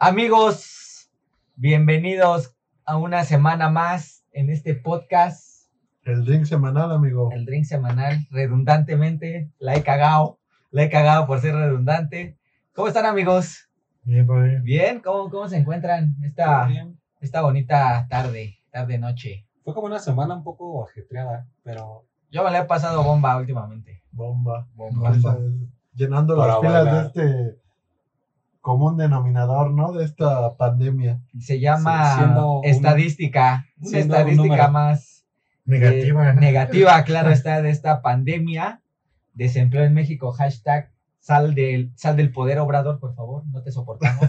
Amigos, bienvenidos a una semana más en este podcast, El drink semanal, amigo. el drink semanal, redundantemente, la he cagado, la he cagado por ser redundante. ¿Cómo están amigos? Bien, padre. ¿Bien? ¿Cómo, cómo se encuentran esta, Todo bien. esta bonita tarde, tarde-noche? Fue como una semana un poco ajetreada, pero Yo me la he pasado bomba últimamente. Bomba. Bomba. Esa es- Llenando las Para pilas bailar. de este común denominador, ¿no? De esta pandemia. Se llama Sí, siendo un- estadística, una siendo un estadística número. más eh, negativa, claro está, de esta pandemia. Desempleo en México, hashtag sal del, sal del poder, Obrador, por favor, no te soportamos.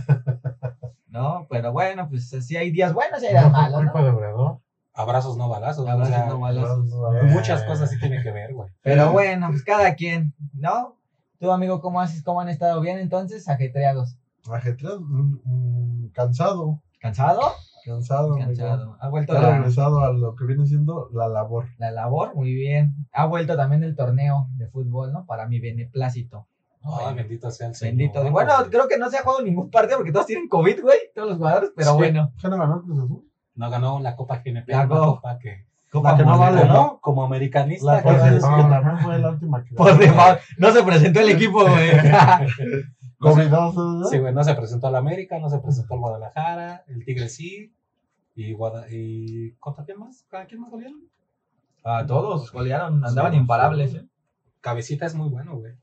¿No? Pero bueno, pues así hay días buenos y hay días malos, ¿no? abrazos no balazos. o Abrazos, sea, no balazos. Vamos, Eh, Muchas cosas sí tiene que ver, güey. Pero bueno, pues cada quien, ¿no? Tú, amigo, ¿cómo haces? ¿Cómo han estado bien entonces? Ajetreados. Ajetreado, mm, mm, cansado, ¿Cansado? cansado. amigo. Cansado. Ha vuelto Está la, regresado a lo que viene siendo la labor. la labor, muy bien. Ha vuelto también el torneo de fútbol, ¿no? Para mi beneplácito. ¿no? Ay, El- bendito sea el Señor. Bendito. Dios. Bueno, güey. creo que no se ha jugado ningún partido porque todos tienen COVID, güey. Todos los jugadores, pero Sí. bueno. ¿Qué no ganó Cruz Azul? No ganó la Copa GNP, La la Copa. Copa que... Copa La que no Mundial, vale, ¿no? Como, como americanista. La que por no es- default, también fue la última que Por default. No se presentó el equipo, güey. No se- Covidoso, ¿no? Sí, güey, no se presentó al América, no se presentó al Guadalajara, el Tigre sí, y, Guada- y ¿contra quién más? ¿Cada quién más golearon? A todos golearon, andaban Sí, imparables. sí. ¿eh? Cabecita es muy bueno, güey.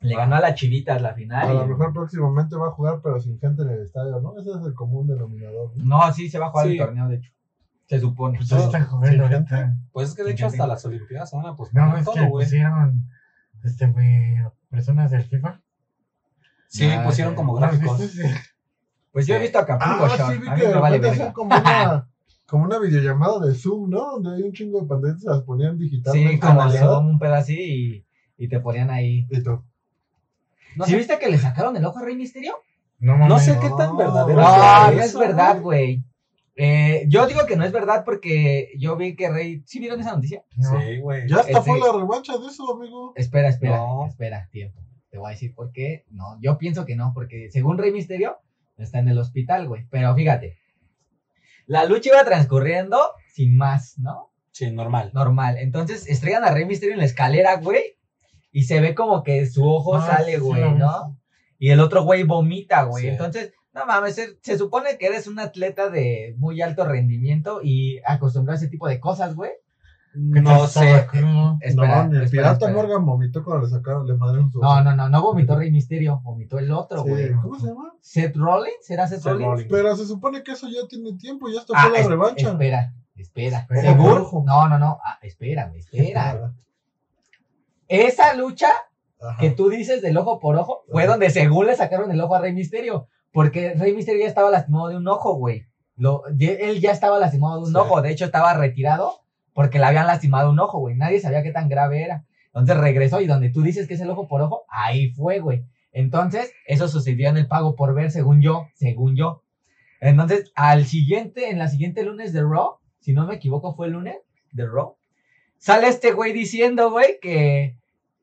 Le ganó a las chivitas la final. A lo y- mejor próximamente va a jugar, pero sin gente en el estadio, ¿no? Ese es el común denominador. ¿no? No, sí, se va a jugar el Sí. torneo, de hecho. Se supone. Pues ahí están Sin jugando ahorita. Pues es que de hecho hasta las Olimpiadas ahora pues No, ponen es que todo, güey. pusieron este, güey, a personas del FIFA. Sí, Ah, pusieron sí. como ¿No has gráficos. visto ese? Pues yo he visto a Acapulco, Ah, Shore. sí, vi a que mí me de vale repente hacían verga. como una, como una videollamada de Zoom, ¿no? Donde hay un chingo de pantallas las ponían digitalmente. Sí, como ¿verdad? Zoom, un pedazo y, y te ponían ahí. Y tú, No ¿Sí sé- viste que le sacaron el ojo a Rey Misterio? No, mames. No sé no. qué tan verdadero No, Pero no sea Ah, es eso, verdad, güey. güey. Eh, yo digo que no es verdad porque yo vi que Rey. ¿Sí vieron esa noticia? No. Sí, güey. Ya hasta fue Este- la revancha de eso, amigo. Espera, espera, No. espera, tiempo. Te voy a decir por qué. No, yo pienso que no, porque según Rey Misterio, está en el hospital, güey. Pero fíjate, la lucha iba transcurriendo sin más, ¿no? Sí, normal. Normal. Entonces estrellan a Rey Misterio en la escalera, güey. Y se ve como que su ojo Ah, sale, sí, güey, lo vi. ¿no? Y el otro güey vomita, güey. Sí. Entonces, no mames, se, se supone que eres un atleta de muy alto rendimiento y acostumbrado a ese tipo de cosas, güey. ¿Qué tal No estaba sé. crudo? Mm, Espera, no, ni el espera, pirata espera. Morgan vomitó cuando le sacaron, le madrearon su No, no, no, no vomitó Rey Misterio, vomitó el otro, Sí, güey. ¿Cómo se llama? ¿Seth Rollins? ¿Era Seth, Seth Rollins? Rollins. Pero se supone que eso ya tiene tiempo, ya hasta Ah, fue la es- revancha. Espera, espera. Espera, ¿Seguro? rojo. No, no, no. Ah, espérame, espera. Esa lucha Ajá. que tú dices del ojo por ojo fue Ajá. donde según le sacaron el ojo a Rey Misterio. Porque Rey Misterio ya estaba lastimado de un ojo, güey. Lo, ye- él ya estaba lastimado de un Sí. ojo. De hecho, estaba retirado porque le habían lastimado un ojo, güey. Nadie sabía qué tan grave era. Entonces regresó y donde tú dices que es el ojo por ojo, ahí fue, güey. Entonces, eso sucedió en el pago por ver, según yo, según yo. Entonces, al siguiente, en la siguiente lunes de Raw, si no me equivoco, fue el lunes de Raw, sale este güey diciendo, güey, que,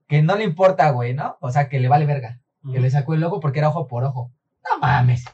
que no le importa, güey, ¿no? O sea, que le vale verga, que le sacó el ojo porque era ojo por ojo. No mames.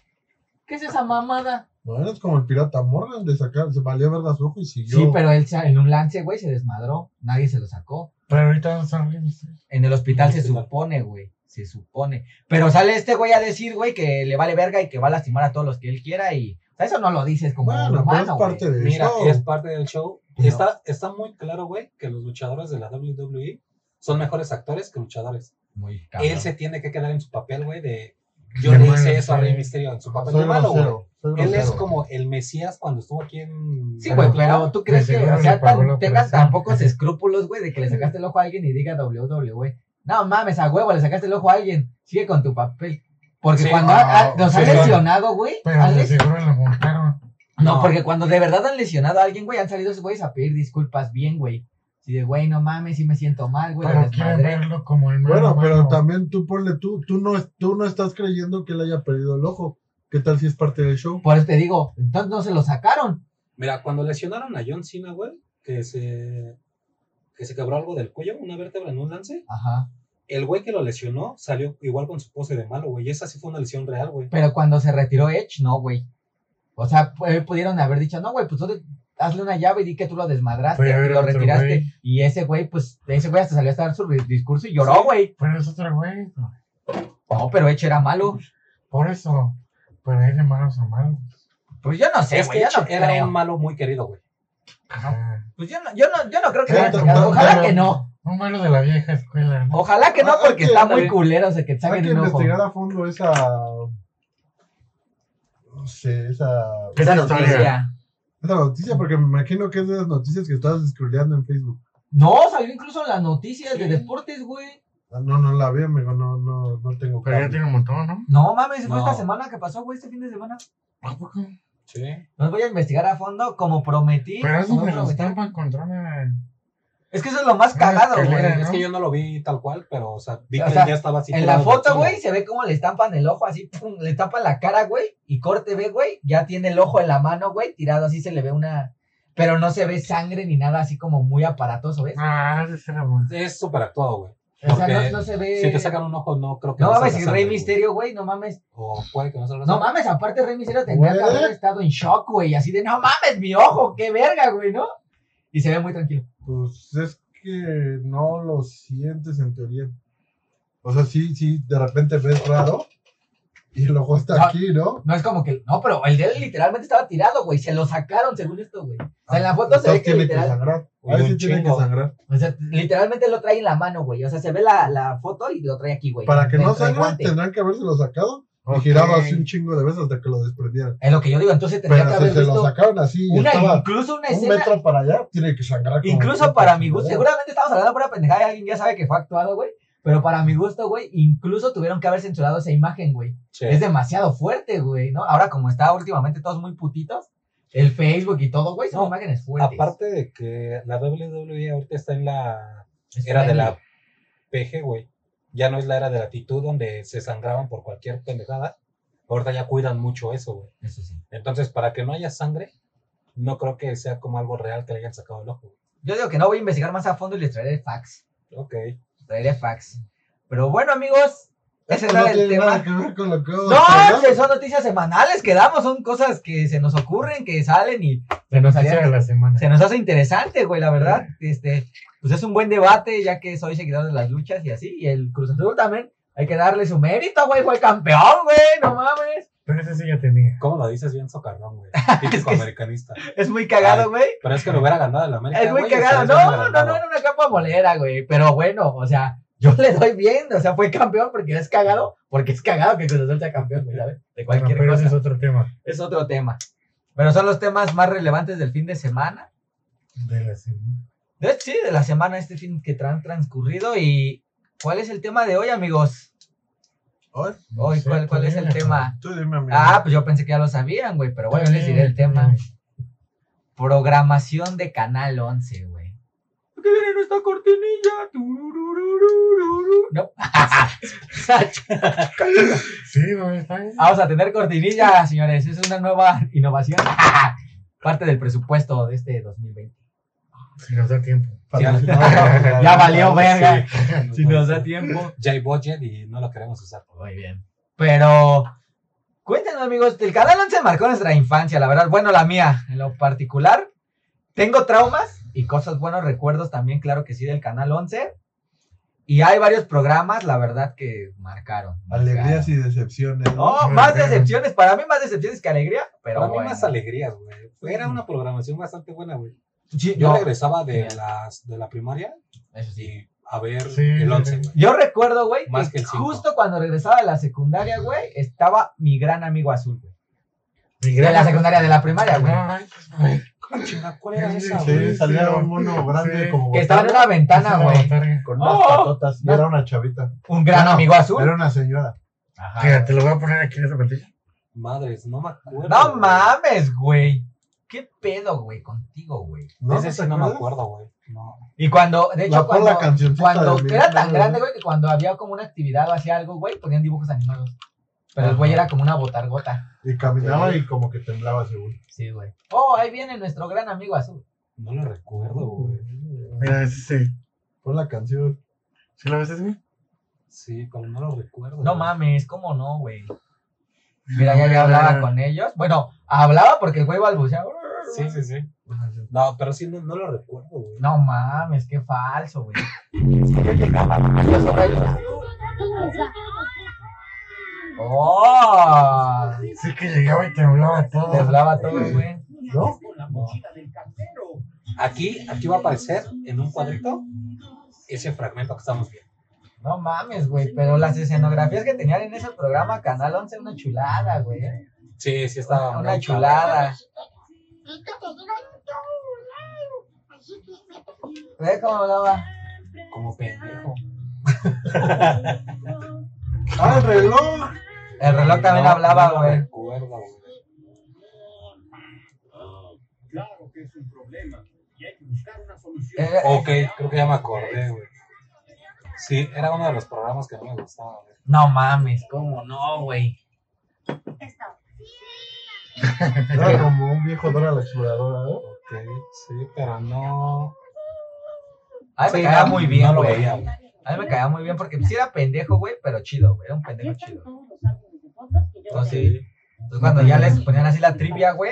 ¿Qué es esa mamada? Bueno, es como el pirata Morgan le sacaron, se valió verga su ojo y siguió. Sí, pero él se- en un lance, güey, se desmadró. Nadie se lo sacó. Pero ahorita no son games. En el hospital En el se hospital. supone, güey. Se supone. Pero sale este güey a decir, güey, que le vale verga y que va a lastimar a todos los que él quiera y. O sea, eso no lo dices como Bueno, pero humano, es güey. parte de Mira, eso. es parte del show. este No. Está, está muy claro, güey, que los luchadores de la WWE son mejores actores que luchadores. Muy cabrón. Él se tiene que quedar en su papel, güey, de... Yo De le malo, hice eso a sí. Rey Misterio en su papel Soy de malo, güey. grosero, soy Él es grosero. como el Mesías cuando estuvo aquí en... Sí, güey, pero tú crees Ah, De que, seguro o sea, le pagó tan- la tengas operación. tan pocos escrúpulos, güey, de que le sacaste el ojo a alguien y diga WWE. No mames, a huevo, le sacaste el ojo a alguien. Sigue con tu papel. Porque Sí, cuando no, ha- ha- nos sí, han no. lesionado, güey, Pero han de les- seguro lo montaron. No, No. porque cuando de verdad han lesionado a alguien, güey, han salido esos güeyes a pedir disculpas bien, güey. Si de, güey, no mames, sí me siento mal, güey, lo Pero quieren desmadré. verlo como el malo, Bueno, pero malo. también tú ponle tú, tú no, tú no estás creyendo que él haya perdido el ojo. ¿Qué tal si es parte del show? Por eso te digo, entonces no se lo sacaron. Mira, cuando lesionaron a John Cena, güey, que se... Que se quebró algo del cuello, una vértebra en un lance. Ajá. el güey que lo lesionó salió igual con su pose de malo, güey. Y esa sí fue una lesión real, güey. Pero cuando se retiró Edge, no, güey. O sea, pu- eh, pudieron haber dicho, no, güey, pues tú de- hazle una llave y di que tú lo desmadraste, Puede haber lo otro retiraste. güey. Y ese güey, pues, ese güey hasta salió a dar su ri- discurso y lloró, Sí. güey. Pero es otro güey. No, pero Edge era malo. Por eso. Pero hay de malos a malos. Pues yo no sé, es güey, que yo no era creo. un malo muy querido, güey. Ah. Pues yo no, yo no, yo no creo que Era lo hayan tan sacado. malo, Ojalá pero- que no. Oh, Un malo de la vieja escuela, ¿no? Ojalá que no, Ah, porque hay que- está muy hay- culero, o sea, que te Hay saquen que un ojo. investigar a fondo esa. No sé, esa. ¿Qué Esa tal historia? noticia. Esa noticia, porque me imagino que es de las noticias que estabas scrolleando en Facebook. No, salió incluso en las noticias de deportes, güey. Ah, No, no la vi, amigo, no, no, no tengo Pero ya cable. tiene un montón, ¿no? No mames, fue No. esta semana que pasó, güey, este fin de semana. ¿A poco? Sí. Los voy a investigar a fondo, como prometí. Pero eso como de los prometí. tampan contra una. Es que eso es lo más Una cagado, escalera, güey. ¿no? Es Ah, que yo no lo vi tal cual, pero, o sea, vi O que sea, ya estaba así. En tirado la de foto, chino. güey, se ve cómo le estampan el ojo así, pum, le tapan la cara, güey, y corte, ve, güey, ya tiene el ojo en la mano, güey, tirado así, se le ve una... Pero no se ve sangre ni nada así como muy aparatoso, ¿ves? Ah, ese será bueno. Es súper actuado, güey. o sea, porque no, no se ve... Si te sacan un ojo, no creo que. No mames, salga y sangre, Rey güey. Misterio, güey, no mames. O puede que no salga No sangre. mames, aparte Rey Misterio tendría que Güey. haber estado en shock, güey, así de, no mames, mi ojo, qué verga, güey, ¿no? Y se ve muy tranquilo. Pues es que no lo sientes en teoría. O sea, sí, sí, de repente ves raro y el ojo está No. aquí, ¿no? No es como que... No, pero el de él literalmente estaba tirado, güey, se lo sacaron según esto, güey. O sea, en la foto se ve Entonces que tiene que literal... sangrar. Uy, Ahí un sí tiene que chingo. sangrar. O sea, literalmente lo trae en la mano, güey. O sea, se ve la, la foto y lo trae aquí, güey. Para que Dentro no del sangre guante. tendrán que habérselo sacado y Ok. girado así un chingo de veces hasta que lo desprendieran. Es lo que yo digo. Entonces tendría Pero que si haber se lo visto sacaron así y una, estaba incluso una un escena. metro para allá, tiene que sangrar. como incluso un para pinche mi gusto. chingadera. Seguramente estamos hablando de una pendejada y alguien ya sabe que fue actuado, güey. Pero para mi gusto, güey, incluso tuvieron que haber censurado esa imagen, güey. Sí. Es demasiado fuerte, güey, ¿no? Ahora, como está últimamente todos muy putitos, el Facebook y todo, güey, son No, imágenes fuertes. Aparte de que la WWE ahorita está en la Es era de la horrible. PG, güey. Ya no es la era de la actitud donde se sangraban por cualquier pendejada. Ahorita ya cuidan mucho eso, güey. Eso sí. Entonces, para que no haya sangre, no creo que sea como algo real que le hayan sacado el ojo. Yo digo que no voy a investigar más a fondo y les traeré fax. Ok. Traeré fax. Pero bueno, amigos, ese Esto no era el tiene tema. nada que ver con lo que vamos a No, hablar. que son noticias semanales que damos, son cosas que se nos ocurren, que salen y La noticia de la semana. se nos hace interesante, güey, la verdad. Este, pues es un buen debate, ya que soy seguidor de las luchas y así, y el Cruz Azul también. Hay que darle su mérito, güey, fue campeón, güey, no mames. Pero ese sí ya tenía. ¿Cómo lo dices bien socarrón, güey? Típico que- americanista. Es muy cagado, Ay, güey. Pero es que lo hubiera ganado el América. Es muy güey, o sea, cagado. es No, bien no, no, agrandado. era una capa molera, güey. Pero bueno, o sea, yo le doy bien, o sea, fue campeón porque es cagado, porque es cagado que Cruz Azul sea campeón, güey, ¿sabes? De Bueno, cualquier pero cosa. ese es otro tema es otro tema. Pero son los temas más relevantes del fin de semana. de la semana. De- sí, de la semana este fin que han transcurrido. ¿Y cuál es el tema de hoy, amigos? Ay, No Hoy, sé, ¿cuál, cuál es el todavía, tema? tú dime, amigo. Ah, pues yo pensé que ya lo sabían, güey, pero bueno, yo les diré el Todavía, tema. todavía. Programación de Canal 11, güey. ¿Qué viene nuestra cortinilla? Tururururururu. No. Sí, güey, está bien. Vamos a tener cortinilla, señores. Es una nueva innovación. Parte del presupuesto de este 2020. Si nos da tiempo. Para- sí. Ya valió verga. No, Si no, nos no. da tiempo. Ya hay budget y no lo queremos usar. Muy bien. Pero cuéntenos, amigos, el canal 11 marcó nuestra infancia, la verdad. Bueno, la mía, en lo particular. Tengo traumas y cosas buenos recuerdos también, claro que sí, del canal 11. Y hay varios programas, la verdad, que marcaron. Alegrías marcaron. y decepciones. ¿no? No, más decepciones. Para mí, más decepciones que alegría. Pero Para mí bueno. más alegrías, güey. Era una programación bastante buena, güey. Sí, Yo no, regresaba de, Genial. las, de la primaria eso sí. y a ver Sí. el 11, güey. Yo recuerdo, güey, Más que, que el cinco. justo cuando regresaba de la secundaria, güey, estaba mi gran amigo azul, güey. Mi De gran- la secundaria, de la primaria, güey. Ay, güey. Ah, chinga, ¿Cuál era Sí, esa, sí. güey? Sí, salía un mono grande Sí. como Que estaba en una Esa ventana, la güey. botarga. con unas ¡Oh! patotas. Y era una chavita. Un gran No, amigo azul. Era una señora. Ajá. Mira, te lo voy a poner aquí en esa pantalla. Madres, no me acuerdo. No güey. mames, güey. ¿Qué pedo, güey, contigo, güey? ¿No? Ese ¿No sí te no me acuerdas? acuerdo, güey. No. Y cuando, de hecho, La pon la cuando, cancioncita cuando de mi era tan madre, grande, ¿no? güey, que cuando había como una actividad o hacía algo, güey, ponían dibujos animados. Pero el güey Ajá. era como una botargota. Y caminaba y como que temblaba seguro. Sí, güey. Oh, ahí viene nuestro gran amigo azul. No lo recuerdo, güey. Mira, ese sí. Pon la canción. ¿Sí lo ves, güey? Sí, pero no lo recuerdo. No güey. mames, ¿cómo no, güey? Mira, ya, ya hablaba con ellos. Bueno, hablaba porque el güey balbuceaba. Sí, sí, sí. No, pero sí, no, no lo recuerdo, güey. No mames, qué falso, güey. ¡Oh! Sí que llegaba y temblaba todo. Te hablaba todo, güey. ¿No? No. Aquí, aquí va a aparecer en un cuadrito ese fragmento que estamos viendo. No mames, güey. Pero las escenografías que tenían en ese programa, Canal 11, una chulada, güey. Sí, sí, Una, está. una muy Ah, cabrón. chulada. ¿Ves cómo hablaba? Como pendejo. ¡Ah, el reloj! El reloj también No, hablaba, no lo güey. recuerdo, güey. Claro que es un problema y hay que buscar una solución. Eh, Ok, creo que ya me acordé, güey. Sí, era uno de los programas que no me gustaba, güey. No mames, ¿cómo no, güey? Era como un viejo Dora la exploradora, ¿no? Ok, sí, pero no. A mí me Sí, caía no, muy no bien, lo güey. veía, a mí me caía muy bien porque pues, sí era pendejo, güey, pero chido, güey. Era un pendejo chido. No, sí. Entonces, pues, cuando ya les ponían así la trivia, güey,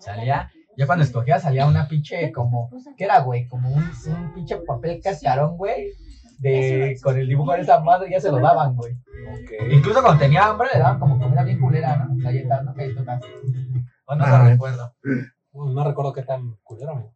salía. Ya cuando escogía salía una pinche como. ¿Qué era, güey? Como un, un pinche papel cascarón, güey. De, con el dibujo de esa madre ya se lo daban, güey. Ok. Incluso cuando tenía hambre le daban como comida bien culera, ¿no? Galletas, ¿no? Galletotas. O no Ah, lo güey. recuerdo. No recuerdo qué tan culero, güey.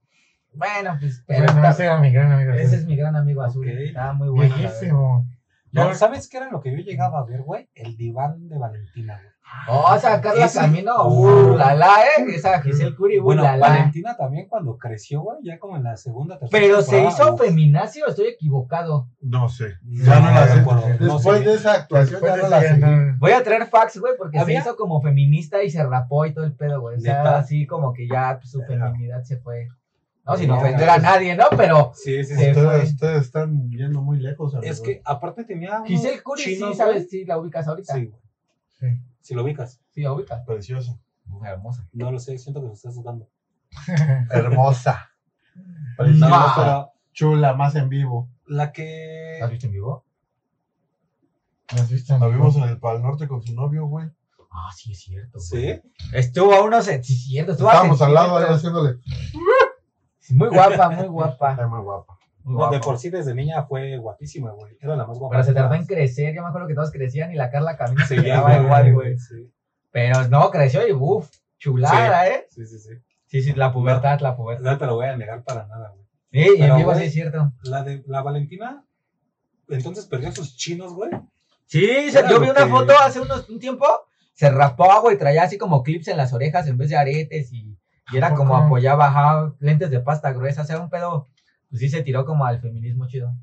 Bueno, pues, pero Bueno, esta- ese era mi gran amigo. ese es mi gran amigo azul. Ok. Estaba muy bueno. la verdad. Viejísimo. No, ¿Sabes qué era lo que yo llegaba a ver, güey? El diván de Valentina, güey. Oh, esa Carla Ese- Camino, uh, la la, eh. Esa Giselle Curi, uh, Bueno, la la. Valentina también cuando creció, güey, ya como en la segunda, tercera. Pero se temporada, hizo ¿no? feminacio, estoy equivocado. No sé. No, Ya no la no sé. recuerdo, no Después sé. de esa actuación Después ya de no la ese Pues ya seguí. no- Voy a traer fax, güey, porque ¿Había? se hizo como feminista y se rapó y todo el pedo, güey. O sea, ¿Ah, ¿Neta? así como que ya pues, su feminidad se fue. No, sin No, ofender a pues- nadie, ¿no? Pero Sí, sí, sí. Se fue. Ustedes, ustedes están yendo muy lejos, amigos. Es que aparte tenía. unos Giselle Curi, sí, chinos, ¿sabes? Sí, la ubicas ahorita. güey. Sí, güey. Sí. Si lo ubicas. Sí, la ubicas. Preciosa. Hermosa. No lo sé, siento que me estás dudando. Hermosa. No. Preciosa. Pero Chula, más en vivo. la ¿La has que. visto en vivo? ¿Lo has visto? La vimos en el Pal Norte con su novio, güey. Ah, sí, es cierto. güey. Sí. Estuvo a unos. Sí, es cierto. Estuvo a Estábamos al lado ahí centímetros. haciéndole. Sí, Muy guapa, muy guapa. Está muy guapa. Muy No, de guapa. por sí desde niña fue guapísima, güey. Era la más guapa. Pero se de todas. tardó en crecer, yo me acuerdo que todos crecían y la Carla Camino se Sí, ya, quedaba igual, güey. Sí, Pero no, creció y uff, chulada, ¿eh? sí, sí. sí. Sí, sí, la pubertad, la pubertad. No te lo voy a negar para nada, güey. Sí, y en Pero, vivo sí güey. es cierto. La de la Valentina, entonces perdió sus chinos, güey. Sí, se- yo vi una que- foto hace unos, un tiempo, se rapó, güey, traía así como clips en las orejas en vez de aretes y, y era como Ujú. apoyaba ajá, lentes de pasta gruesa, o sea, un pedo. Pues sí se tiró como al feminismo chido,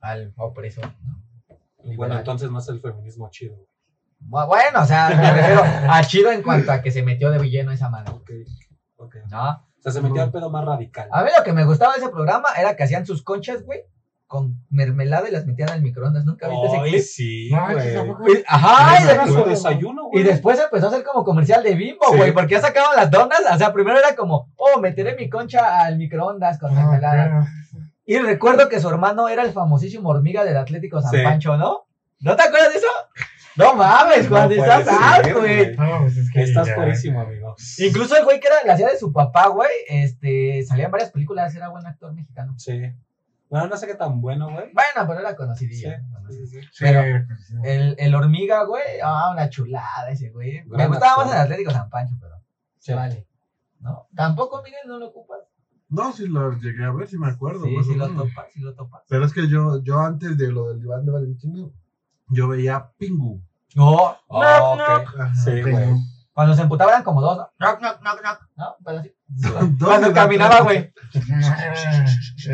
al opresor. ¿no? Bueno, Liberal. entonces no es el feminismo chido, güey. Bu- Bueno, o sea, me refiero a chido en cuanto a que se metió de villeno esa madre, Ok, ok. ¿no? O sea, se metió al pedo más radical. A mí lo que me gustaba de ese programa era que hacían sus conchas, güey, con mermelada y las metían al microondas. ¿Nunca viste Ay, ese sí, No, güey. chis, ¿a poco? clip? Ajá, y, Ese era de- su desayuno, y güey. después empezó a hacer como comercial de bimbo, Sí. güey, porque ya sacaban las donas. O sea, primero era como, oh, meteré mi concha al microondas con Ah, mermelada. claro. Y recuerdo que su hermano era el famosísimo hormiga del Atlético San Sí. Pancho, ¿no? ¿No te acuerdas de eso? No mames, Juan, No puede estás ser, out, güey. No, pues es que Estás ya. purísimo, amigo. Incluso el güey que era la hacía de su papá, güey, este, salía en varias películas, era buen actor mexicano. Sí. Bueno, no sé qué tan bueno, güey. Bueno, pero era Sí, conocidilla. sí, sí, sí. Eh, Sí, Pero- era conocido. El, el hormiga, güey, ah, una chulada ese, güey. Me Gran gustaba actor. más el Atlético San Pancho, pero Sí. se vale. ¿No? Tampoco, Miguel, no lo ocupas. No, sí lo llegué a ver, sí me acuerdo. sí, más pues, sí o lo menos. topas, sí lo topas. Pero es que yo, yo antes de lo del diván de Valentino, yo veía Pingu. No, Oh, knock, knock. ok. Sí, güey. Pingu. Cuando se emputaban eran como dos, ¿no? Knock, knock, knock, knock. ¿No? Pero así. Dos Cuando de la caminaba, tarde. güey. Sí,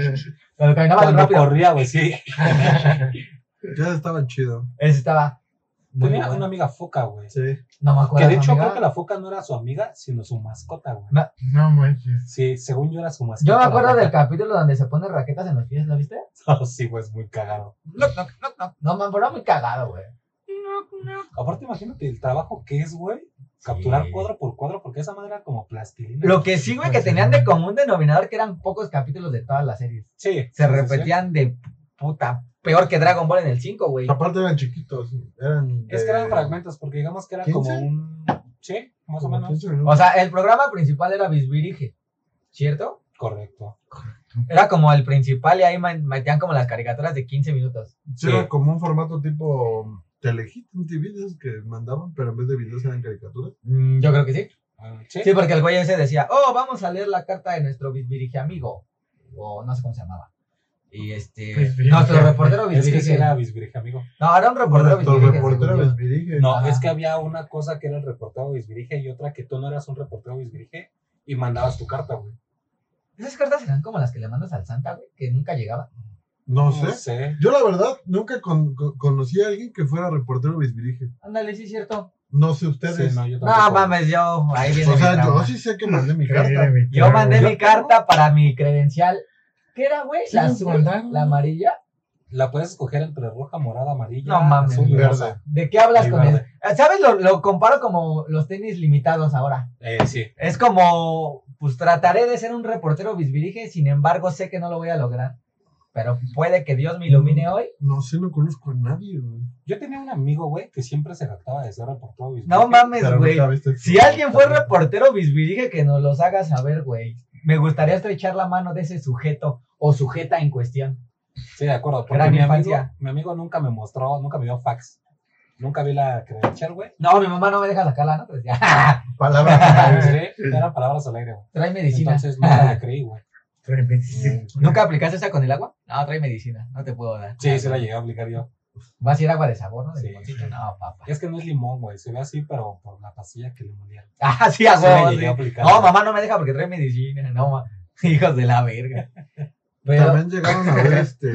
Cuando caminaba Cuando rápido. corría, güey, sí. Ya estaba chido. Ese estaba. muy Tenía bueno. una amiga foca, güey. Sí. No me Que acuerdo. de hecho amiga. creo que la foca no era su amiga, sino su mascota, güey. No manches. Sí, según yo era su mascota. Yo me acuerdo la del foca. capítulo donde se pone raquetas en los pies, ¿lo viste? No, sí, güey, es muy cagado. Knock, knock, knock, knock. No, me acuerdo muy cagado, güey. Aparte, imagínate el trabajo que es, güey, capturar cuadro por cuadro, porque esa madre era como plastilina. Lo que sí, güey, que Pues, tenían sí. de común denominador que eran pocos capítulos de todas las series. Sí. sí, se sí, sí. repetían de puta, peor que Dragon Ball en el 5, güey. Aparte eran chiquitos, eran... Es que eran de- fragmentos, porque digamos que era como 15? un. Sí, más o como menos. 15 minutos. O sea, el programa principal era Bisbirige, ¿cierto? Correcto. Era como el principal y ahí man- metían como las caricaturas de 15 minutos. Sí, Era como un formato tipo Telehit, un TV de esos que mandaban, pero en vez de videos eran caricaturas. Mm, yo creo que sí. Ah, sí. Sí, porque el güey ese decía, oh, vamos a leer la carta de nuestro Bisbirige amigo. O no sé cómo se llamaba. Y este. Bisbirige. Nuestro reportero es que sí Bisbirige. era bisbirige, amigo. No, era un reportero Nuestro Bisbirige. reportero según yo. Vesvirige. No, Ajá. es que había una cosa que era el reportero bisbirige y otra que tú no eras un reportero bisbirige y mandabas tu carta, güey. Esas cartas eran como las que le mandas al Santa, güey, que nunca llegaba. No No sé. sé. Yo la verdad nunca con- con- conocí a alguien que fuera reportero Vesvirige. Ándale, sí, cierto. No sé Sí, ustedes. no, yo No tampoco. mames, yo. Ahí viene o mi sea, trauma. yo sí sé que mandé mi Caí carta. de mi Yo mandé trauma. mi carta para mi credencial. ¿Qué era, güey? Sí, La nos azul, mandaron. la amarilla. La puedes escoger entre roja, morada, amarilla, No mames, azul y verde. rosa. ¿De qué hablas Y con eso? verde. Eh, ¿Sabes? Lo, lo comparo como los tenis limitados ahora. Eh, sí. Es como, pues trataré de ser un reportero bisbirige, sin embargo sé que no lo voy a lograr. Pero puede que Dios me ilumine hoy. No sé, no conozco a nadie, güey. Yo tenía un amigo, güey, que siempre se jactaba de ser reportero bisbirige. No mames, Pues, Pero este güey. nunca viste tu- Si alguien fue reportero bisbirige, que nos los haga saber, güey. Me gustaría estrechar la mano de ese sujeto o sujeta en cuestión. Sí, de acuerdo. Porque Gran mi amigo, infancia. mi amigo nunca me mostró, nunca me dio fax. Nunca vi la credencial, güey. No, mi mamá no me deja sacarla, ¿no? Pues ya, Ah, Palabra. Eran palabras al aire, güey. trae medicina. Entonces nunca la creí, güey. Mm. Tremendísimo. ¿Nunca aplicaste esa con el agua? No, trae medicina, no te puedo dar. Sí, se la llegué a aplicar yo. ¿Va a ser agua de sabor, no? De Sí. limoncito. No, papá. Es que no es limón, güey. Se ve así, pero por la pastilla que le molía. Ah, sí, a Se la huevo, llegué sí. a aplicar. No, mamá no me deja porque trae medicina, no, ma- Hijos de la verga. Pero, También llegaron a ver este.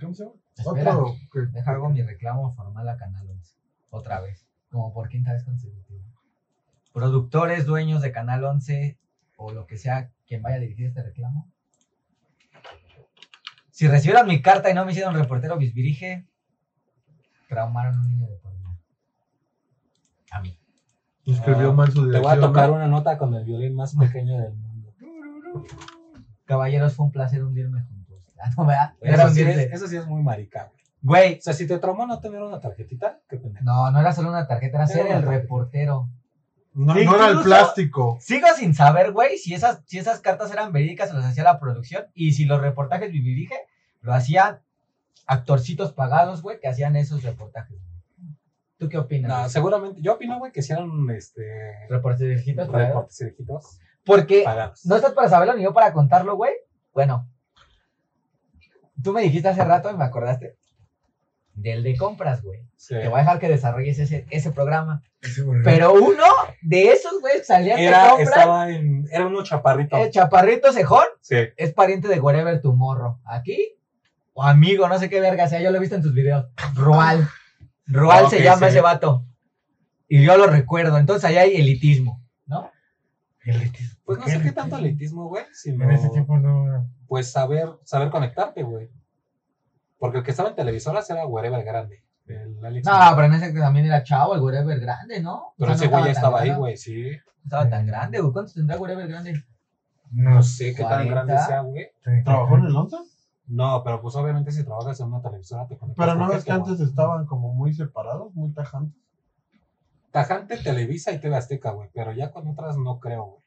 ¿Cómo se llama? Espera. Otro. que- deja hago mi reclamo formal a Canal 11. Otra vez. Como por quinta vez consecutiva. Productores, dueños de Canal 11 o lo que sea, quien vaya a dirigir este reclamo. Si recibieron mi carta y no me hicieron reportero bisbirige, traumaron a un niño de por vida. A mí. Escribió mal su Te dirección. voy a tocar ¿no? una nota con el violín más pequeño del mundo. Caballeros, fue un placer hundirme juntos. Ah, no, ¿verdad? Era Eso sí, es, hundirse. eso sí es muy marica, güey. Güey, O sea, si te traumó no tener una tarjetita, qué pendejo. no, no era solo una tarjeta, era ser Era una el tarjeta. reportero. No, Sí, no era el incluso- plástico. Sigo sin saber, güey, si esas, si esas cartas eran verídicas, se las hacía la producción. Y si los reportajes vivirige, lo hacían actorcitos pagados, güey, que hacían esos reportajes. ¿Tú qué opinas? No, güey? seguramente. Yo opino, güey, que hicieron este. Reportajitos pagados. Reportes viejitos Porque pagados. eh, no estás para saberlo ni yo para contarlo, güey. Bueno, tú me dijiste hace rato y me acordaste del de compras, güey. Sí. Te voy a dejar que desarrolles ese, ese programa. Ese volvió. Pero uno de esos, güey, salía de Era, compras. estaba en, era uno chaparrito. El chaparrito cejón Sí. es pariente de Wherever tu morro. Aquí, o amigo, no sé qué verga sea, yo lo he visto en tus videos. Roal. Roal Ah, se ok, llama sí. ese vato. Y yo lo recuerdo. Entonces ahí hay elitismo, ¿no? Elitismo. Pues no sé qué tanto elitismo, güey, sino En ese tiempo no. pues saber, saber conectarte, güey. Porque el que estaba en televisoras era Wherever Grande. El Alex No, Mora. pero en ese que también era chavo, el Wherever grande, ¿no? pero O sea, ese no güey ya tan estaba ahí, grande, güey, sí. No estaba tan grande, güey. ¿Cuánto tendrá Wherever grande? No No sé. sé qué tan 40. grande sea, güey. ¿Trabajó en el 11? No, pero pues obviamente si trabajas en una televisora te conectas. Pero no con ves que gente, antes güey. estaban como muy separados, muy tajantes. Tajante, Televisa y TV Azteca, güey. Pero ya con otras no creo, güey.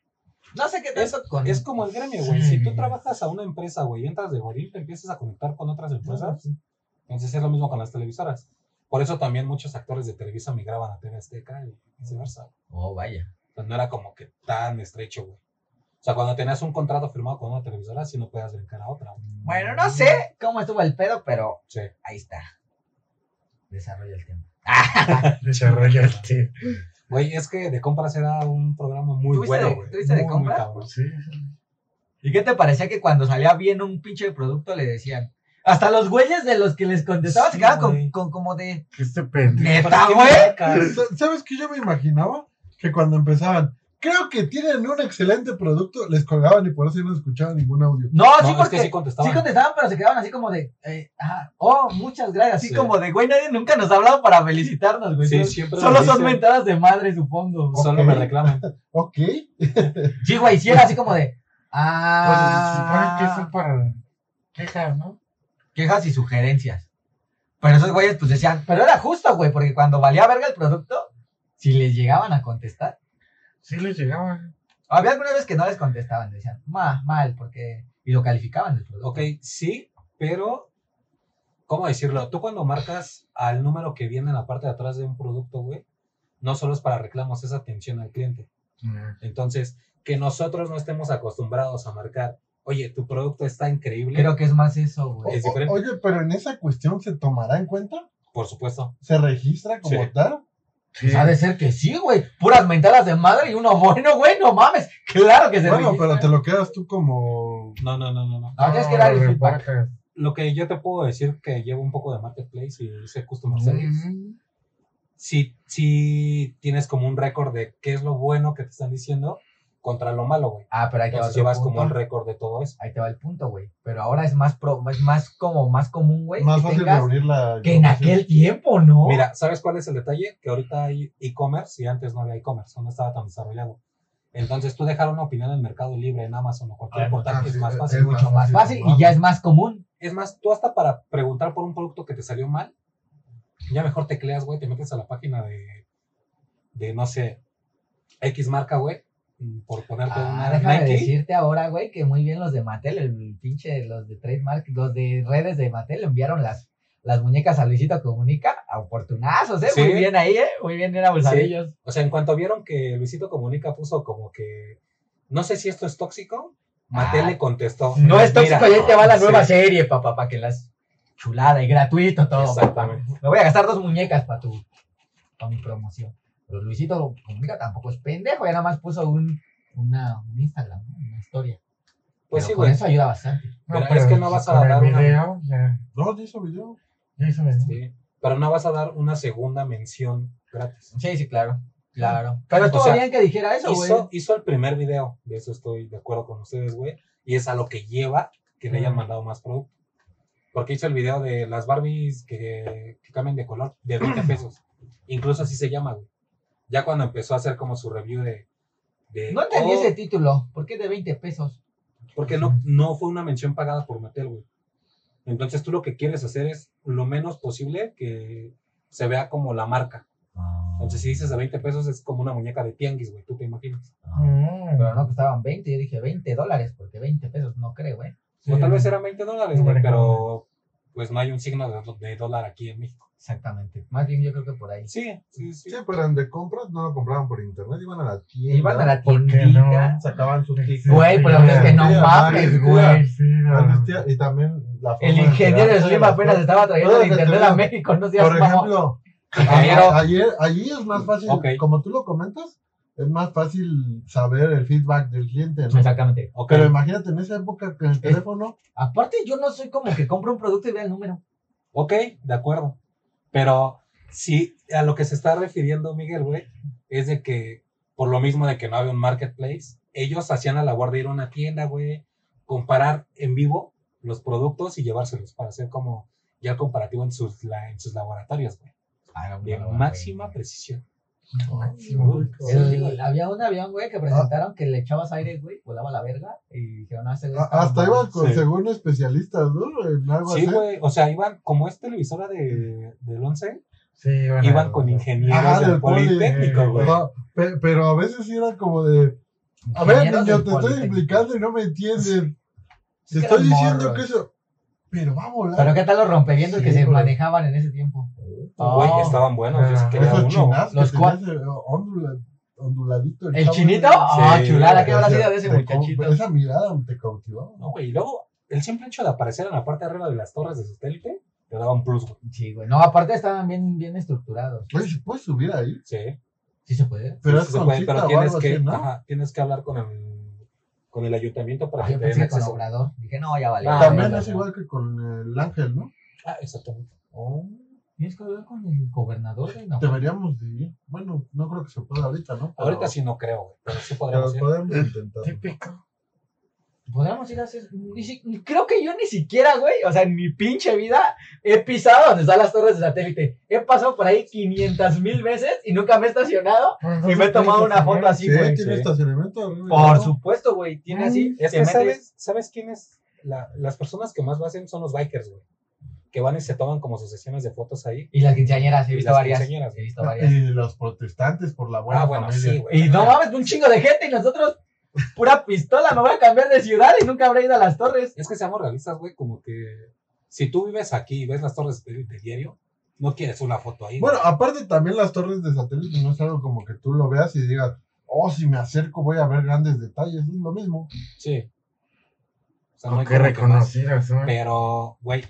No sé qué tanto con. Es como el gremio, güey. Sí. Si tú trabajas a una empresa, güey, y entras de goril, te empiezas a conectar con otras empresas. Entonces es lo mismo con las televisoras. Por eso también muchos actores de Televisa migraban a TV Azteca y viceversa. Oh, vaya. O sea, no era como que tan estrecho, güey. O sea, cuando tenías un contrato firmado con una televisora, sí no podías brincar a otra, güey. Bueno, no sé cómo estuvo el pedo, pero Sí. ahí está. Desarrolla el tema. Desarrollaste. Güey, es que de compras era un programa muy ¿Tuviste de- bueno, güey. tuviste de Muy, muy compras? cabrón. Sí. ¿Y qué te parecía que cuando salía bien un pinche producto le decían? Hasta los güeyes de los que les contestaban se Sí, quedaban con, güey. con- como de. Que Este pendejo. ¡Neta, Aparte, güey! qué marcas. Sa- ¿Sabes qué yo me imaginaba? Que cuando empezaban, creo que tienen un excelente producto, les colgaban y por eso ya no escuchaban ningún audio. No, No, Ah, sí, es porque que sí sí contestaban. contestaban. pero se quedaban así como de. eh, ah, oh, muchas gracias. Así Sí. como de, güey, nadie nunca nos ha hablado para felicitarnos, güey. Sí, Solo- siempre Solo me son dicen, mentadas de madre, supongo. Solo Ok. me reclaman. Ok. Sí, güey, Pues, sí era así como de. Ah. Pues se supone que Ah. eso para quejas, ¿no? quejas y sugerencias. Pero esos güeyes pues decían, pero era justo, güey, porque cuando valía verga el producto, si les llegaban a contestar. Sí les llegaba. Había algunas veces que no les contestaban, decían, ma, mal, porque... Y lo calificaban el producto. Ok, sí, pero. ¿Cómo decirlo? Tú cuando marcas al número que viene en la parte de atrás de un producto, güey, no solo es para reclamos, es atención al cliente. Mm. Entonces, que nosotros no estemos acostumbrados a marcar, oye, tu producto está increíble. Creo que es más eso, güey. Es O- o- diferente. oye, pero en esa cuestión se tomará en cuenta, Por supuesto. se registra como Sí. tal. Sí. Ha de ser que sí, güey. Puras mentadas de madre y uno bueno, güey, no mames. Claro que se Bueno, registra. pero te lo quedas tú como. No, no, no, no, no. No, tienes que dar el lo feedback. reportas. Lo que yo te puedo decir que llevo un poco de marketplace y sé customer service. Mm. Si, si tienes como un récord de qué es lo bueno que te están diciendo contra lo malo, güey. Ah, pero ahí te va Entonces otro llevas punto. como un récord de todo eso. Ahí te va el punto, güey. Pero ahora es más, pro- es más como más común, güey. Más que fácil de tengas abrir la. Que en aquel tiempo, ¿no? Mira, ¿sabes cuál es el detalle? Que ahorita hay e-commerce y antes no había e-commerce, no estaba tan desarrollado. Entonces, tú dejar una opinión en Mercado Libre, en Amazon o cualquier Ah, portal ah, es sí, más es- fácil. es mucho más fácil y ya es más común. Es más, tú hasta para preguntar por un producto que te salió mal, ya mejor tecleas, güey, te metes a la página de, de no sé, X marca, güey, mm, por ponerte Ah, una déjame Nike. decirte ahora, güey, que muy bien los de Mattel, el pinche, los de Trademark, los de redes de Mattel enviaron las, las muñecas a Luisito Comunica. A oportunazos, ¿eh? Sí. Muy bien ahí, ¿eh? Muy bien, bien abusadillos. O sea, en cuanto vieron que Luisito Comunica puso como que, no sé si esto es tóxico, Mattel Ah. le contestó. No es "Mira, tóxico, ya te va la sí, nueva serie, papá, para que las chulada y gratuito todo. Papá. Exactamente. Me voy a gastar dos muñecas para tu para mi promoción. Pero Luisito Comunica tampoco es pendejo, ya nada más puso un, una, un Instagram, ¿no? una historia. Pues Pero sí, con güey. eso ayuda bastante. No, Pero es que no vas a con el dar una- video, ya. No, ya hizo video. Ya hizo video. Sí, pero no vas a dar una segunda mención gratis. Sí, sí, claro. Claro. Pero estuvo O sea, bien que dijera eso, güey. Hizo, hizo el primer video, de eso estoy de acuerdo con ustedes, güey. Y es a lo que lleva que le hayan Ujú. mandado más producto. Porque hizo el video de las Barbies que, que cambian de color, de 20 pesos. Incluso así se llama, güey. Ya cuando empezó a hacer como su review de... de, No entendí "Oh", ese título. ¿Por qué de 20 pesos? Porque no, no fue una mención pagada por Mattel, güey. Entonces tú lo que quieres hacer es lo menos posible que se vea como la marca. Entonces, si dices a 20 pesos, es como una muñeca de tianguis, güey, tú te imaginas. Mm. Pero no costaban 20, yo dije 20 dólares, porque 20 pesos no creo, ¿eh? güey. O Mm. Sí. tal vez eran 20 dólares, No güey, manejaban. pero pues no hay un signo de, de dólar aquí en México. Exactamente. Más bien yo creo que por ahí. Sí, sí, sí. Sí, pero en de compras no lo compraban por internet, iban a la tienda. Iban a la ¿Por qué tiendita. Sacaban su ticket. Güey, pero la verdad es que no Sí, mames, sí, güey. Sí, la- Antes, tía, Y también la forma El de ingeniero enterarte de Slim las apenas cosas. estaba trayendo el Todas las internet a tenemos. México, no seas Por mamón. ejemplo, Ingeniero. a- ayer, allí es más fácil, Ok. como tú lo comentas, es más fácil saber el feedback del cliente, ¿no? Exactamente. Ok, Pero imagínate en esa época Eh. que el teléfono, Aparte, yo no soy como que compro un producto y vea el número. ok, de acuerdo. Pero sí, a lo que se está refiriendo Miguel, güey, es de que por lo mismo de que no había un marketplace, ellos hacían la labor de ir a una tienda, güey, comparar en vivo los productos y llevárselos para hacer como ya el comparativo en sus, la- en sus laboratorios, güey. De Ah, máxima precisión. Máximo. El- había un avión, güey, que presentaron que le echabas aire, güey, volaba la verga y dijeron, ah, se ve a- esta hasta mamada. iban con, Sí. según especialistas, ¿no? En algo Sí, así. güey. O sea, iban, como es televisora de, del 11, Sí, iban, iban a- con ingenieros Ajá, del del poli. eh, Politécnico, güey. Ajá, pe- pero, a veces sí era como de, a ver, Ingenieros del niño, te estoy Politécnico. explicando y no me entienden. que Te estoy eran diciendo morros. que eso, pero va a volar. Pero qué tal los rompevientos Sí, que se güey. manejaban en ese tiempo. Güey, Oh. estaban buenos. yo sí Ah, quería Esos uno. chinas Los que cua- tenían ese ondula- onduladito. ¿El chavo, chinito? güey. Ah, Sí, chulada, ¿qué habrá O sea, sido de ese te cau- muchachito? Esa mirada te cautivó. No, güey. Y luego, el simple hecho de aparecer en la parte de arriba de las torres de satélite te daba un plus, güey. Sí, güey. No, aparte estaban bien, bien estructurados. Oye, ¿se puede subir ahí? Sí. Sí se puede. Pero sí, es sí se con puede, cita pero o tienes algo que, así, ¿no? ajá, tienes que hablar con el, con el ayuntamiento para Ah, que yo te den pensé con acceso. Obrador. Dije, no, ya vale. Ah, También bueno, es igual que con el ángel, ¿no? Ah, exactamente. Oh, Tienes que hablar con el gobernador de Naucalpan. Deberíamos de ir. Bueno, no creo que se pueda ahorita, ¿no? Pero- Ahorita sí no creo, güey. Pero sí Pero podríamos ir. podemos intentar. Típico. Podríamos ir a hacer. ni si- ni- Creo que yo ni siquiera, güey. O sea, en mi pinche vida he pisado donde están las torres de satélite. He pasado por ahí 500 mil veces y nunca me he estacionado. Y me he tomado una foto así, Sí, güey. tiene estacionamiento arriba. Por supuesto, güey. Tiene así. pues, Es te que, metes- ¿sabes, ¿sabes quién es? La- las personas que más lo hacen son los bikers, güey. que van y se toman como sus sesiones de fotos ahí. Y las quinceañeras, he Y visto las varias. quinceañeras. He visto varias. Y los protestantes por la buena Ah, bueno, familia. sí, güey. Y no mames, un chingo de gente y nosotros, pura pistola, me voy a cambiar de ciudad y nunca habré ido a las torres. Es que seamos realistas, güey, como que si tú vives aquí y ves las torres de, de diario, no quieres una foto ahí. Bueno, güey. aparte también las torres de satélite no es algo como que tú lo veas y digas, oh, si me acerco voy a ver grandes detalles, es lo mismo. sí. O sea, no O hay qué como que más. reconocidas son. Pero, güey,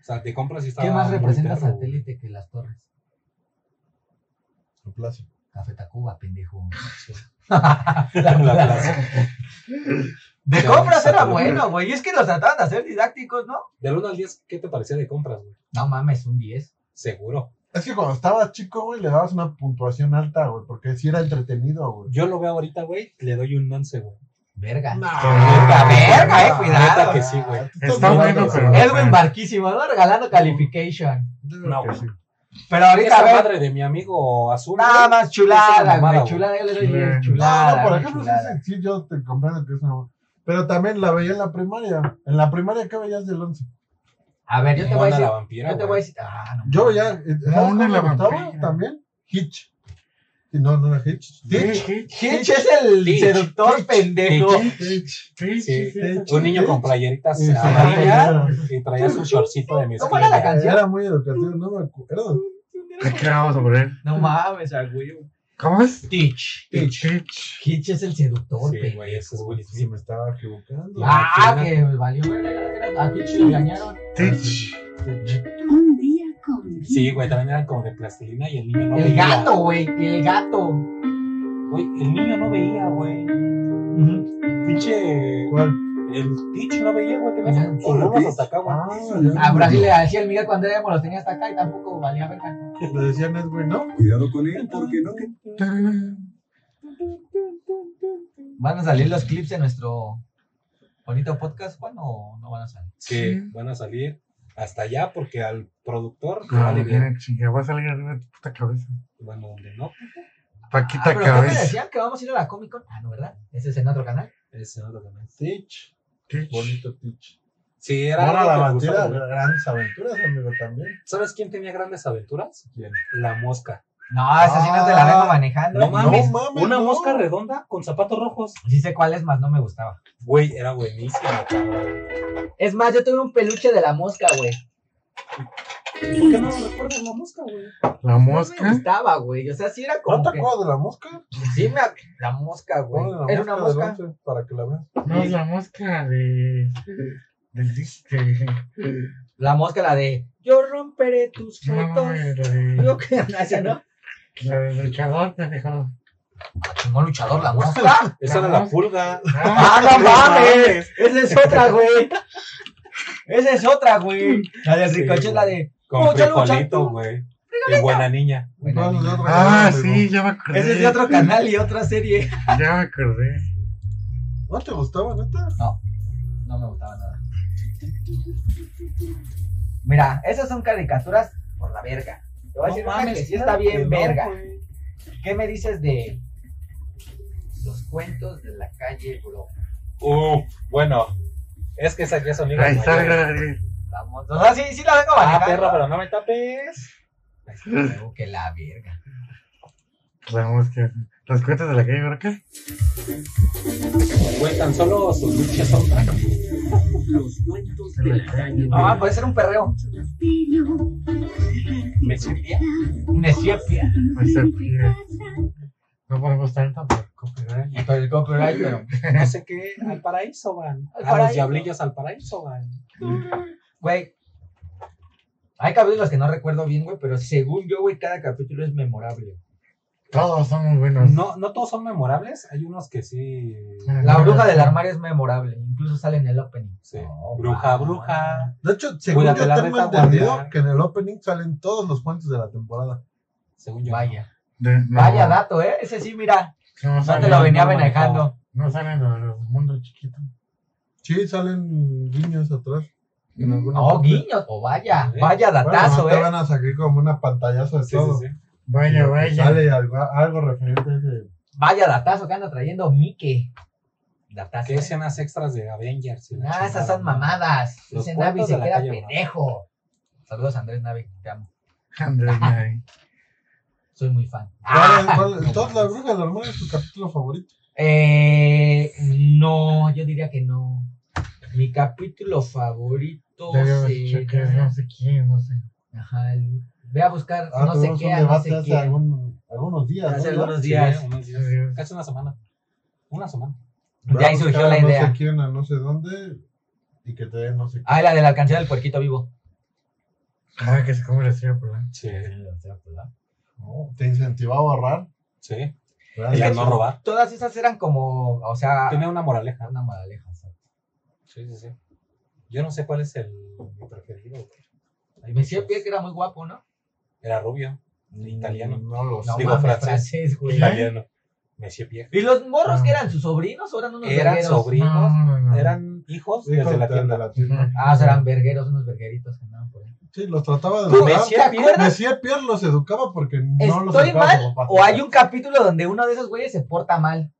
o sea, te compras y está. ¿Qué más muy representa perro, güey. satélite que las torres? La plaza. Café Tacuba, pendejo. La plaza. De Ya, compras era satélite. bueno, güey. Y es que los trataban de hacer didácticos, ¿no? Del 1 al 10, ¿qué te parecía de compras, güey? No mames, un 10. Seguro. Es que cuando estabas chico, güey, le dabas una puntuación alta, güey, porque sí era entretenido, güey. Yo lo veo ahorita, güey, le doy un 11, güey. Verga. Verga, Ah, verga, eh, cuidado. Neta que sí, güey. Tú estás Está jugando, bueno, pero- güey. Edwin Barquísimo, ¿no? Regalando calification. Yo No, creo que sí. Pero ahorita, Esa a ver, madre de mi amigo azul. nada güey, más es una chulada, mamada, güey. güey. Chulada, yo le doy Chulada. 10. No, Chulada. no, por ejemplo, sí, chulada. sí, sí, yo te comprendo que es una... Pero también la veía en la primaria. En la primaria, ¿qué veías del 11? A ver, yo te Mona voy a decir. la vampira, Yo te güey. voy a decir. Ah, no. Yo veía... eh, No, ¿sabes una cómo la me gustaba vampira. También Hitch. Sí, No, no era Hitch. Hitch. Sí, Hitch es el Hitch, seductor Hitch, pendejo. Hitch. sí, sí, sí. Hitch. Un niño con playeritas Sí, sí, amarillas era- y traía su shortcito de mis ¿Cómo era la canción? Era muy educativo, no me acuerdo. ¿De qué vamos a poner? No mames, a güey. ¿Cómo es? Hitch. Pitch. Hitch es el seductor Sí, pendejo. güey, ese es Will Si Smith. me estaba equivocando. Ah, que valió. verga. A Hitch lo engañaron. Pitch. Un día con Sí, güey, también eran como de plastilina y el niño no El veía. gato, güey. El gato. Güey, el niño no veía, güey. Pinche. ¿Cuál? El Teach no veía, güey. Tenía Ajá. sus rulos hasta acá, güey. Ah, A ya. Brasil le decía el Miguel cuando éramos los tenía hasta acá y tampoco valía verga. Le decían Edwin, ¿no? Cuidado con él, porque no que ¿Van a salir los clips de nuestro bonito podcast, Juan, o no van a salir? Sí, Sí. van a salir hasta allá porque al productor le Ah, vale bien. viene chinga, va a salir arriba de tu puta cabeza. Bueno, donde no, Paquita ah, pero ¿qué me cabeza. decían que vamos a ir a la Comic Con? Ah, no, ¿verdad? Ese es en otro canal. es en otro canal. Teach. Pitch. Bonito Teach. Sí, era Ahora algo la que me bandera, gustaba, güey. grandes aventuras, amigo, también. ¿Sabes quién tenía grandes aventuras? ¿Quién? La mosca. No, esa sí Ah, no te la vengo manejando. No mames, mames, una no. mosca redonda con zapatos rojos. Sí sé cuál es, más no me gustaba. Güey, era buenísima, cabrón. Es más, yo tuve un peluche de la mosca, güey. ¿Por qué no recuerdas la mosca, güey? La No me mosca. gustaba, güey. O sea, sí era ¿No como te que... acuerdas de la mosca? Sí, me... La mosca, güey. Ponle la Era una del mosca. once Para que la veas. No es la mosca de. Del disque. La mosca, la de... Yo romperé tus No, fotos. la de. Yo que... Esa, ¿no? La del luchador, pendejo. No luchador, la mosca. Esa era la pulga. ¡Ah, Ah, no mames! Esa es otra, güey. Esa es otra, güey. La de Sí, Ricochet, la de. Con Mucha lucha, frijolito, tú. güey. Y buena niña. Bueno, No, niña. no, no, ah, no, sí, ya me acordé. Ese es de otro canal y otra serie. Ya me acordé. ¿No te gustaba, neta? No me gustaba nada. Mira, esas son caricaturas por la verga. Te voy a decir una que sí está bien verga. ¿Qué me dices de los cuentos de la calle, bro? Uh, bueno. Es que esas ya son hijas Ahí está, mayores. grave. Vamos. O sea, sí, sí la vengo Ah, manejando. perro, pero no me tapes. Creo que la verga. La mosca. Las cuentas de la calle, ¿verdad? que? Güey, tan solo sus luchas son. los cuentos De la calle. Ah, puede ser un perreo. Me servía. Me siempre. Me servía. No podemos estar tampoco, pero. eh. Pero el copyright, pero. No sé qué. Al paraíso van. Al A paraíso. los diablillos al paraíso van. Güey. Hay capítulos que no recuerdo bien, güey, pero según yo, güey, cada capítulo es memorable. Todos son muy buenos. No, no todos son memorables. Hay unos que sí. La bruja del armario es memorable, incluso sale en el opening. Sí. No, bruja, mames. bruja. De hecho, según Cuídate yo la tengo reta, entendido guardia. que en el opening salen todos los cuentos de la temporada. Según yo. Vaya. De- no. Vaya dato, ¿eh? Ese sí, mira. No, No salen- te lo venía no manejando. No salen los, los mundos chiquitos. Sí, salen guiños atrás. En alguna No, parte. guiños. Oh, O vaya. Sí. Vaya Bueno, datazo, no te ¿eh? van a sacar como una pantallazo de Sí, todo. sí, sí. Vaya, Sino que vaya. Sale algo, algo referente a ese. Vaya datazo que anda trayendo Mike. Datazo. ¿Qué ¿eh? escenas extras de Avengers? y la Ah, esas chingada, son ¿no? mamadas. Los Ese Navi cuentos de se la queda calle, ¿no? pendejo. Saludos Andrés Nave, te amo. Andrés Nave. Soy muy fan. ¿Cuál, Ah. cuál- Todd, la bruja de la hormona es tu capítulo favorito? Eh, no, yo diría que no. Mi capítulo favorito Debe haber dicho que es no será... sé quién, no sé. Ajá, el- Ve a buscar Ah, no sé tuvimos qué, un a no debate sé hace quién. algún- algunos días. Hace ¿no? algunos días. Sí, unos días. Adiós. Casi una semana. Una semana. De ahí Vamos a surgió buscar la a No idea. sé quién, a no sé dónde, y que te den no sé qué. Ah, la de la canción del puerquito vivo. Ah, que se come la estrella polar. Sí, No, te incentivaba a ahorrar. sí. ¿verdad? Y que a Eso. no robar. Todas esas eran como, o sea, Tenía una moraleja. una moraleja. o sea. Sí, sí, sí. Yo no sé cuál es el mi preferido. güey. Hay Me decía muchos. que era muy guapo, ¿no? Era rubio, Mm. italiano. No lo sé. No, Pues Digo, mames, francés. francés, güey. italiano. Monsieur Pierre. Y los Ah. morros que eran sus sobrinos, o eran unos Eran vergueros? sobrinos, No, no, no. eran hijos Dijo desde la de- tienda. de la tienda. Ah, o sea, eran vergueros, unos vergueritos que andaban por ahí. Sí, los trataba de ¿Tú educar. te acuerdas? Decía Pierre los educaba porque no los ¿Estoy educaba mal? como papá. O hay un capítulo donde uno de esos güeyes se porta mal.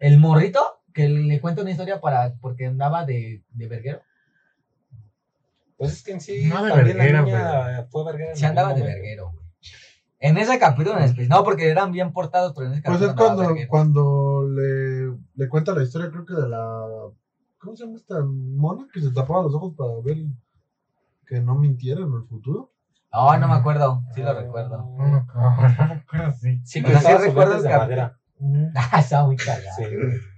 El morrito, que le cuenta una historia para porque andaba de, de verguero. Pues es que en sí No de también verguera, la niña fue verguera. en Se andaba algún de momento. verguero, güey. En ese capítulo en especial. No, porque eran bien portados, pero en ese Pues capítulo. es cuando, andaba verguero. cuando le, le cuenta la historia, creo que de la. ¿Cómo se llama esta mona que se tapaba los ojos para ver que no mintiera en el futuro? Oh, no me acuerdo. Sí lo Ah, recuerdo. No me acuerdo, no me acuerdo, sí. Sí, O que sea, sí estaba su recuerdo lentes el de cap- madera. Ah, estaba muy cagado. Sí,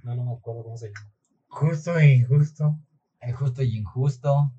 no, no me acuerdo cómo se llama. Justo e injusto. Eh, Justo y injusto.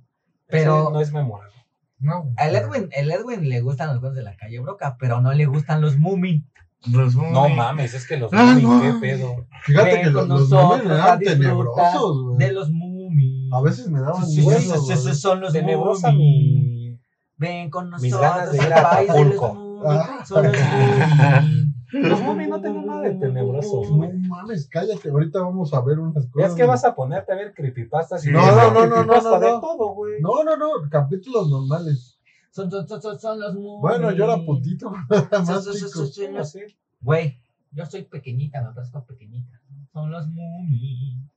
Pero Pero- no es memorable. No. Al Edwin, el Edwin le gustan los cuentos de la calle Broca, pero no le gustan los Moomin. Los Bowie. No mames, es que los Ah, Bowie, no. qué pedo. Fíjate Ven que los, con los nosotros nombres a eran disfrutar tenebrosos, güey. De los Moomin. A veces me daban Sí, sí, miedo, sí, sí, güey. sí, son los Tenebrosa Moomin. mi. Ven con nosotros. Mis ganas de ir al a país de los Acapulco. Moomin, son los Moomin. Los Bowie no tienen nada de tenebroso. No güey. mames, cállate. Ahorita vamos a ver unas cosas. Es que vas a ponerte a ver creepypastas y No, vas a ver no, no, no, no, creepypasta no, de no. todo, güey. No, no, no. Capítulos normales. Son, son, son, son, son los Moomin. Bueno, yo era putito. Nada Son, son, más son, chico. son, son No los- sé. Güey, yo soy pequeñita, me parezco pequeñita. Son los Moomin.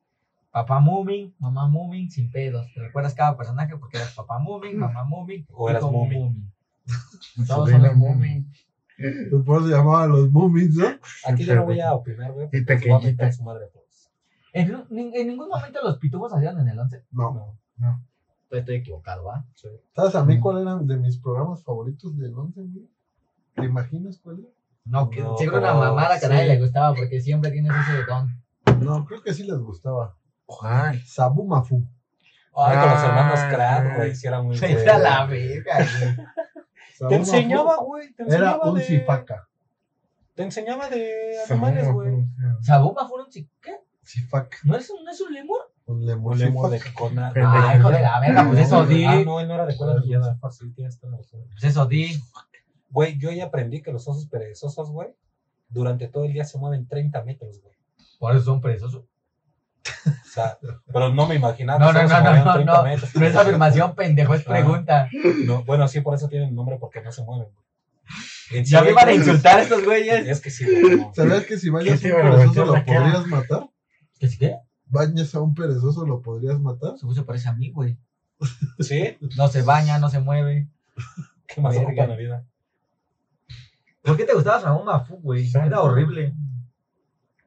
Papá Moomin, mamá Moomin, sin pedos. ¿Te recuerdas cada personaje? Porque eras papá Moomin, mamá Moomin. O y eras como Moomin. Todos son los Bowie. Moomin. Después se llamaban los Moomins, ¿no? Aquí yo no voy a opinar, güey. porque Y les voy a pequeñita. meter su madre a todos. En, un- nin- en ningún momento los pitubos salieron en el 11. No. No, Pues estoy equivocado, ¿va? sí. ¿Sabes a mí Mm. cuál era de mis programas favoritos de once, güey? ¿Te imaginas cuál era? No, que No, seguro una pero mamada que a nadie sí. le gustaba porque siempre tienes ese don. No, creo que sí les gustaba. ¿Cuál? Sabu Mafu. Ay, con los hermanos Ah, Kratt, güey. güey, sí era muy Vete a bueno. la verga, güey. Sabu Mafu Te enseñaba, güey. Te Era enseñaba un de- cifaca. Te enseñaba de animales, güey. ¿Sabuma fueron chi- ¿Qué? Cifaca. ¿No es un, no es un lemur? Un lemur. Un lemur de cifaca. cona. Pero- Ah, hijo de la verga, pues eso di. Ah, no, él no era de cola guiada. Sí, tienes toda la razón. Pues eso di. Güey, yo ya aprendí que los osos perezosos, güey, durante todo el día se mueven 30 metros, güey. Por eso son perezosos. O sea, pero no me imaginaba No, que no, solo se no, movían no, 30 no. metros. No es afirmación, pendejo, es pregunta. No, bueno, sí, por eso tienen nombre, porque no se mueven, güey. En sí, Ya me iban a ellos- insultar a estos güeyes. Es que sí, güey, no. ¿Sabías que si bañas a Qué un perezoso lo vergüenza, qué podrías matar? ¿Qué sí qué? ¿Bañas a un perezoso lo podrías matar? Según se parece a mí, güey. ¿Sí? No se baña, no se mueve. ¿Qué más Verga. ocupa en la vida? ¿Por qué te gustaba Sabuma Fu, güey? Era horrible.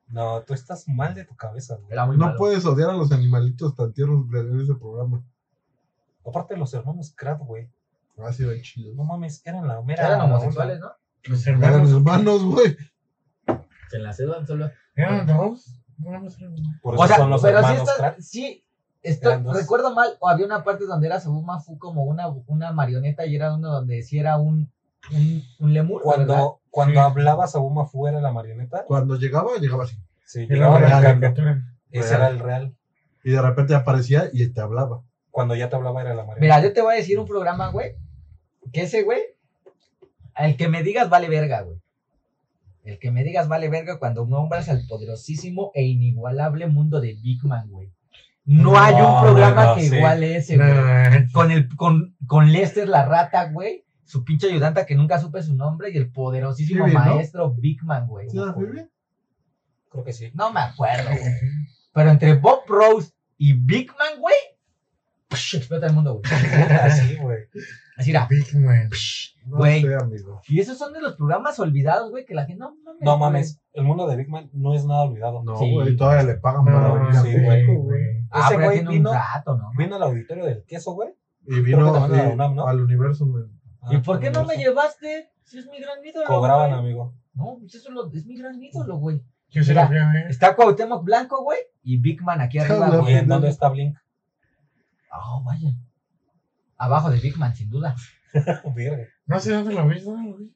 No, tú estás mal de tu cabeza, güey. Era muy No malo. puedes odiar a los animalitos tan tiernos de en ese programa. Aparte, los hermanos Kratt, güey. Así eran chidos. No mames, eran la mera. Eran onda. homosexuales, ¿no? Los Eran hermanos. hermanos, güey. Se enlaceban solo. ¿Eran dos? No, no sé. Por eso O sea, son los pero sí, hermanos está- Kratt. sí esto- Eran dos. recuerdo mal, o había una parte donde era Sabuma Fu como una, una marioneta y era uno donde sí era un, un, un lemur. ¿verdad? Cuando, cuando Sí. hablabas a Uma fuera la marioneta, Cuando llegaba, llegaba así. sí, Y luego llegaba la brincando. caricatura. Ese era el real. Y de repente aparecía y te hablaba. Cuando ya te hablaba era la marioneta. Mira, yo te voy a decir un programa, güey, que ese, güey, el que me digas vale verga, güey. El que me digas vale verga cuando nombras al poderosísimo e inigualable mundo de Big Man, güey. No, No, hay un programa no, que sí. iguale ese, güey. Nah, con el con, con Lester la rata, güey, su pinche ayudanta que nunca supe su nombre y el poderosísimo Phoebe, ¿no? maestro Big Man, güey. ¿Sí era Phoebe? Creo que sí. No me acuerdo, güey. Pero entre Bob Rose y Big Man, güey, psh, explota el mundo, güey. Así, güey. Así era. Big Man. psh, No Güey. sé, amigo. Y esos son de los programas olvidados, güey, que la gente no mames. No güey. mames, el mundo de Big Man no es nada olvidado. No, Sí. güey, todavía le pagan para No, venir a sí, México, güey, güey. Ah, güey. Ah, Ese pero ya güey tiene vino- un rato, ¿no? Vino al auditorio del queso, güey. Y Creo vino que también a sí, la UNAM, ¿no? Ah, al universo, güey. ¿Y por qué no me llevó? llevaste? Si es mi gran ídolo. Cobraban, güey. amigo. No, pues eso lo- es mi gran ídolo, güey. Yo sí Mira. la fui a ver. Está Cuauhtémoc Blanco, güey, y Big Man aquí arriba, Hola. güey. ¿Y en dónde está Blink? Ah, vaya. Abajo de Big Man, sin duda. Verga. No sé dónde lo vi, ¿dónde lo vi?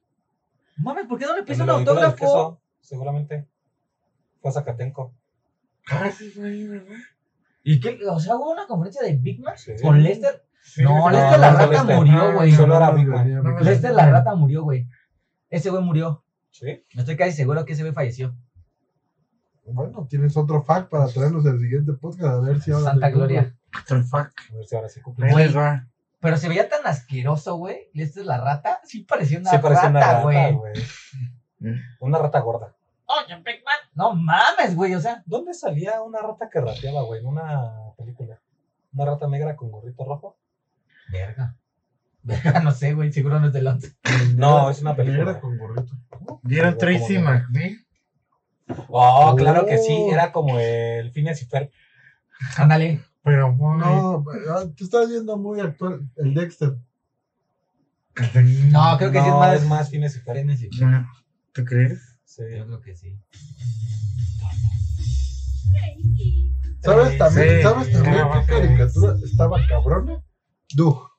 Mames, ¿por qué no le pides En un el auditorio del autógrafo? queso, seguramente. Fue a Zacatenco. Ah, sí, fue ahí, ¿verdad? ¿Y qué? O sea, hubo una conferencia de Big Man Sí. con Lester. Sí, No, fue- Lester la rata Lester. murió, güey. Solo era no, Big güey, Man. venía No, Big no, Man. Lester la rata murió, güey. Ese güey murió. Sí. Me estoy casi seguro que ese güey falleció. Bueno, tienes otro fact para traernos el siguiente podcast, a ver si hablan Santa de Google. Gloria. What the fuck. A ver si ahora sí cumple. Ahí les va. Pero se veía tan asqueroso, güey. Lester la rata. Sí parecía una Sí parecía una rata, rata, güey. güey. Una rata gorda. Oye, Big Man. No mames, güey. O sea, ¿Dónde salía una rata que rateaba, güey? En una película. Una rata negra con gorrito rojo. verga. Verga, no sé, güey. Seguro no es del once. No, es una Negra película. con gorrito. ¿Vieron Como Tracy de- McBee? Oh, claro que sí. Oh. Era como el Phineas y Ferb. Ándale. Pero muy... No, ah, te estás viendo muy actual. El Dexter. No, creo que sí es No, más. es más Phineas y Ferb. No, ¿Tú crees? Sí. Yo creo que sí. ¿Sabes también, Sí. ¿sabes también Ah, qué ok. caricatura estaba cabrona? Doug.